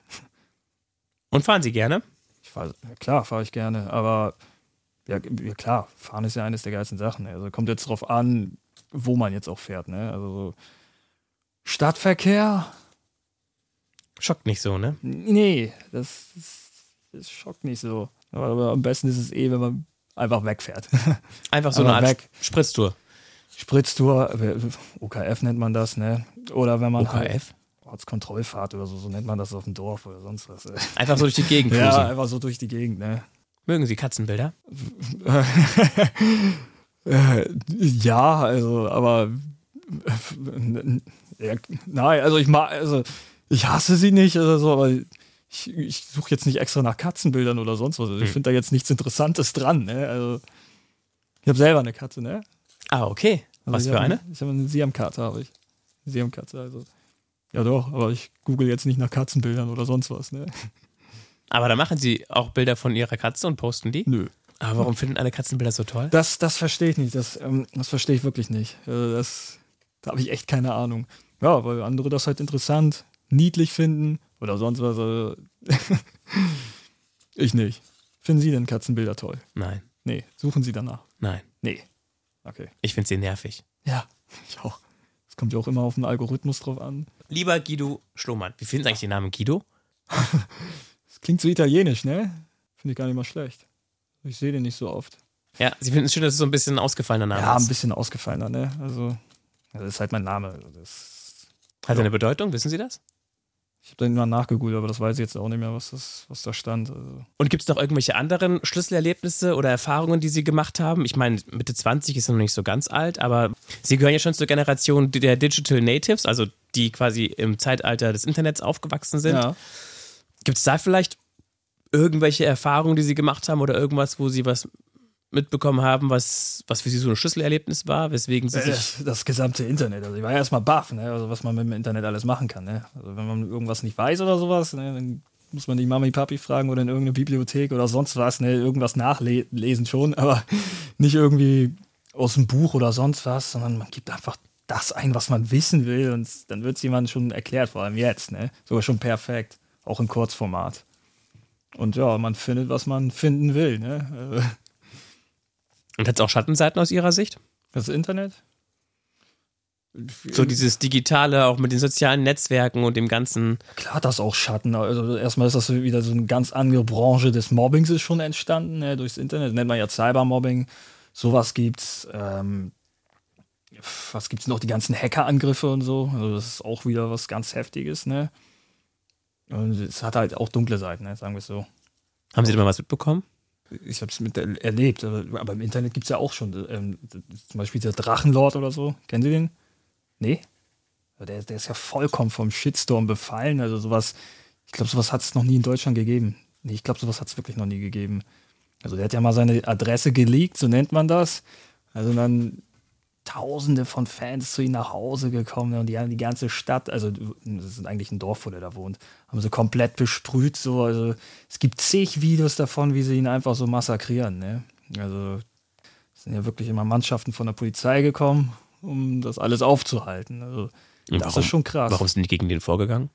Speaker 1: Und fahren Sie gerne?
Speaker 2: Ich fahr, ja klar, fahre ich gerne, aber ja, g- ja, klar, fahren ist ja eines der geilsten Sachen. ne. Also kommt jetzt drauf an, wo man jetzt auch fährt, ne? Also so Stadtverkehr?
Speaker 1: Schockt nicht so, ne?
Speaker 2: Nee, das, ist, das schockt nicht so. Aber, aber am besten ist es eh, wenn man einfach wegfährt. (laughs)
Speaker 1: Einfach so
Speaker 2: Aber
Speaker 1: eine Art
Speaker 2: weg.
Speaker 1: Spritztour.
Speaker 2: Spritztour, äh, OKF nennt man das, ne? Oder wenn man halt
Speaker 1: OKF.
Speaker 2: Ortskontrollfahrt oder so, so nennt man das auf dem Dorf oder sonst was. ey.
Speaker 1: Einfach so durch die Gegend cruisen.
Speaker 2: Ja, einfach so durch die Gegend, ne?
Speaker 1: Mögen Sie Katzenbilder?
Speaker 2: Äh, (laughs) ja, also, aber äh, ja, nein, also ich mag, also ich hasse sie nicht oder so, aber ich, ich suche jetzt nicht extra nach Katzenbildern oder sonst was. Also ich
Speaker 1: Hm.
Speaker 2: finde da jetzt nichts Interessantes dran, ne? Also ich habe selber eine Katze, ne?
Speaker 1: Ah, okay.
Speaker 2: Also
Speaker 1: Was
Speaker 2: ich
Speaker 1: für
Speaker 2: hab
Speaker 1: eine?
Speaker 2: Ich habe eine Siamkatze, habe ich. Eine Siamkatze, also. Ja doch, aber ich google jetzt nicht nach Katzenbildern oder sonst was, ne?
Speaker 1: Aber da machen Sie auch Bilder von Ihrer Katze und posten die?
Speaker 2: Nö.
Speaker 1: Aber warum finden alle Katzenbilder so toll?
Speaker 2: Das, das verstehe ich nicht. Das, ähm, das verstehe ich wirklich nicht. Also das, da habe ich echt keine Ahnung. Ja, weil andere das halt interessant, niedlich finden oder sonst was. Also (laughs) ich nicht. Finden Sie denn Katzenbilder toll?
Speaker 1: Nein,
Speaker 2: Nee. Suchen Sie danach?
Speaker 1: nein.
Speaker 2: Nee. Okay.
Speaker 1: Ich finde sie nervig.
Speaker 2: Ja, (laughs) ich auch. Es kommt ja auch immer auf den Algorithmus drauf an.
Speaker 1: Lieber Guido Schlohmann. Wie finden Sie eigentlich den Namen Guido?
Speaker 2: Das klingt so italienisch, ne? Finde ich gar nicht mal schlecht. Ich sehe den nicht so oft.
Speaker 1: Ja, Sie finden es schön, dass es so ein bisschen ein ausgefallener Name
Speaker 2: Ja, ein
Speaker 1: ist.
Speaker 2: bisschen ausgefallener, ne? Also, das ist halt mein Name. Also Das
Speaker 1: Hat er eine Bedeutung? Wissen Sie das?
Speaker 2: Ich habe dann mal nachgegoogelt, aber das weiß ich jetzt auch nicht mehr, was, das, was da stand. Also,
Speaker 1: Und gibt es noch irgendwelche anderen Schlüsselerlebnisse oder Erfahrungen, die Sie gemacht haben? Ich meine, Mitte 20 ist noch nicht so ganz alt, aber Sie gehören ja schon zur Generation der Digital Natives, also die quasi im Zeitalter des Internets aufgewachsen sind. Gibt es da vielleicht irgendwelche Erfahrungen, die Sie gemacht haben oder irgendwas, wo Sie was mitbekommen haben, was, was für Sie so ein Schlüsselerlebnis war, weswegen Sie
Speaker 2: Äh,
Speaker 1: sich.
Speaker 2: das, das gesamte Internet. Also ich war ja erstmal baff, ne? also was man mit dem Internet alles machen kann. Ne? Also wenn man irgendwas nicht weiß oder sowas, ne? dann muss man die Mami Papi fragen oder in irgendeine Bibliothek oder sonst was, ne? irgendwas nachlesen schon, aber (laughs) nicht irgendwie aus dem Buch oder sonst was, sondern man gibt einfach das ein, was man wissen will und dann wird es jemandem schon erklärt, vor allem jetzt, ne? sogar schon perfekt, auch im Kurzformat. Und ja, man findet, was man finden will. Ne? Also,
Speaker 1: Und hat es auch Schattenseiten aus Ihrer Sicht?
Speaker 2: Das Internet?
Speaker 1: So dieses Digitale, auch mit den sozialen Netzwerken und dem Ganzen.
Speaker 2: Klar, hat das auch Schatten. Also erstmal ist das wieder so eine ganz andere Branche des Mobbings ist schon entstanden, ne? durchs Internet. Nennt man ja Cybermobbing. Sowas gibt's. Ähm, was gibt's noch? Die ganzen Hackerangriffe und so. Also das ist auch wieder was ganz Heftiges, ne? Und es hat halt auch dunkle Seiten, ne? sagen wir es so.
Speaker 1: Haben Sie da mal was mitbekommen?
Speaker 2: Ich habe es mit er- erlebt, aber, aber im Internet gibt's ja auch schon. Ähm, zum Beispiel der Drachenlord oder so. Kennen Sie den? Nee? Aber Der, der ist ja vollkommen vom Shitstorm befallen. Also sowas, ich glaube, sowas hat es noch nie in Deutschland gegeben. Nee, ich glaube, sowas hat es wirklich noch nie gegeben. Also der hat ja mal seine Adresse geleakt, so nennt man das. Also dann Tausende von Fans zu ihm nach Hause gekommen ne, und die haben die ganze Stadt, also das ist eigentlich ein Dorf, wo der da wohnt, haben sie komplett besprüht. So, also es gibt zig Videos davon, wie sie ihn einfach so massakrieren. Ne? Also sind ja wirklich immer Mannschaften von der Polizei gekommen, um das alles aufzuhalten. Also
Speaker 1: Und
Speaker 2: das
Speaker 1: warum-
Speaker 2: ist schon krass.
Speaker 1: Warum sind die gegen den vorgegangen?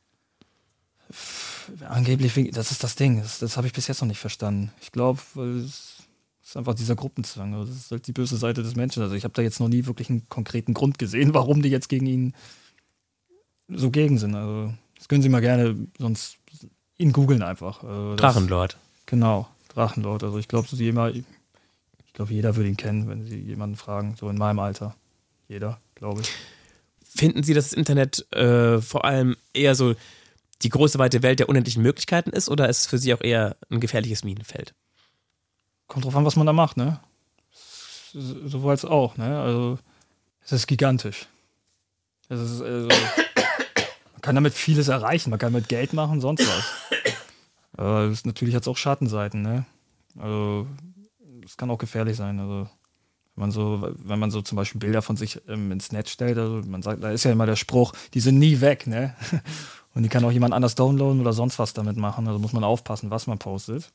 Speaker 2: Angeblich, wegen- das ist das Ding. Das, das habe ich bis jetzt noch nicht verstanden. Ich glaube, es ist einfach dieser Gruppenzwang. Also Das ist halt die böse Seite des Menschen. Also ich habe da jetzt noch nie wirklich einen konkreten Grund gesehen, (laughs) warum die jetzt gegen ihn so gegen sind. Also das können Sie mal gerne sonst ihn googeln einfach. Also das-
Speaker 1: Drachenlord.
Speaker 2: Genau, Drachenlord. Also ich glaube, so jemand, ich glaube, jeder würde ihn kennen, wenn Sie jemanden fragen. So in meinem Alter. Jeder, glaube ich.
Speaker 1: Finden Sie, dass das Internet äh, vor allem eher so die große weite Welt der unendlichen Möglichkeiten ist oder ist es für Sie auch eher ein gefährliches Minenfeld?
Speaker 2: kommt drauf an, was man da macht, ne? S- Sowohl als auch, ne? Also, es ist gigantisch. Es ist, also, man kann damit vieles erreichen, man kann damit Geld machen, sonst was. Aber es, natürlich hat es auch Schattenseiten, ne? Also, es kann auch gefährlich sein, also. Wenn man, so, wenn man so zum Beispiel Bilder von sich ähm, ins Netz stellt, also man sagt, da ist ja immer der Spruch, die sind nie weg, ne? (laughs) Und die kann auch jemand anders downloaden oder sonst was damit machen. Also muss man aufpassen, was man postet.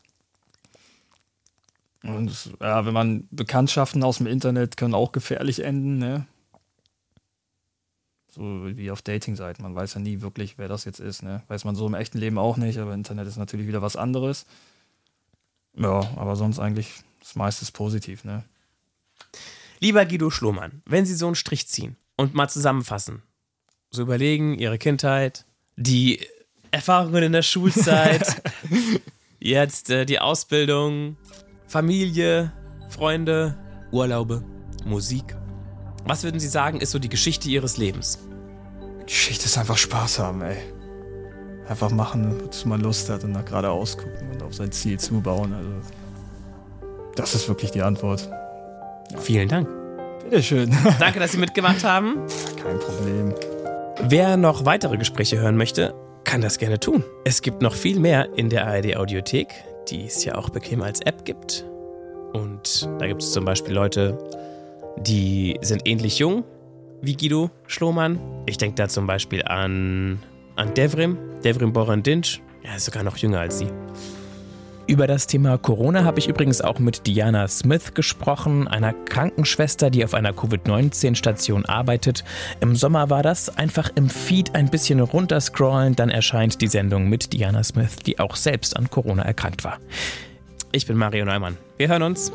Speaker 2: Und es- ja, wenn man Bekanntschaften aus dem Internet können auch gefährlich enden, ne? So wie auf Dating-Seiten. Man weiß ja nie wirklich, wer das jetzt ist, ne? Weiß man so im echten Leben auch nicht, aber Internet ist natürlich wieder was anderes. Ja, aber sonst eigentlich das meiste ist positiv, ne?
Speaker 1: Lieber Guido Schlohmann, wenn Sie so einen Strich ziehen und mal zusammenfassen, so überlegen, Ihre Kindheit, die Erfahrungen in der (laughs) Schulzeit, jetzt äh, die Ausbildung, Familie, Freunde, Urlaube, Musik. Was würden Sie sagen, ist so die Geschichte Ihres Lebens?
Speaker 2: Geschichte ist einfach Spaß haben, ey. Einfach machen, wozu man Lust hat und nach geradeaus gucken und auf sein Ziel zubauen. Also, das ist wirklich die Antwort.
Speaker 1: Vielen Dank.
Speaker 2: Bitteschön. (laughs)
Speaker 1: Danke, dass Sie mitgemacht haben.
Speaker 2: Kein Problem.
Speaker 1: Wer noch weitere Gespräche hören möchte, kann das gerne tun. Es gibt noch viel mehr in der ARD Audiothek, die es ja auch bequem als App gibt. Und da gibt es zum Beispiel Leute, die sind ähnlich jung wie Guido Schlohmann. Ich denke da zum Beispiel an, an Devrim, Devrim Borandinch. Er ist sogar noch jünger als sie.
Speaker 3: Über das Thema Corona habe ich übrigens auch mit Diana Smith gesprochen, einer Krankenschwester, die auf einer Covid-19-Station arbeitet. Im Sommer war das einfach im Feed ein bisschen runterscrollen, dann erscheint die Sendung mit Diana Smith, die auch selbst an Corona erkrankt war.
Speaker 1: Ich bin Mario Neumann. Wir hören uns.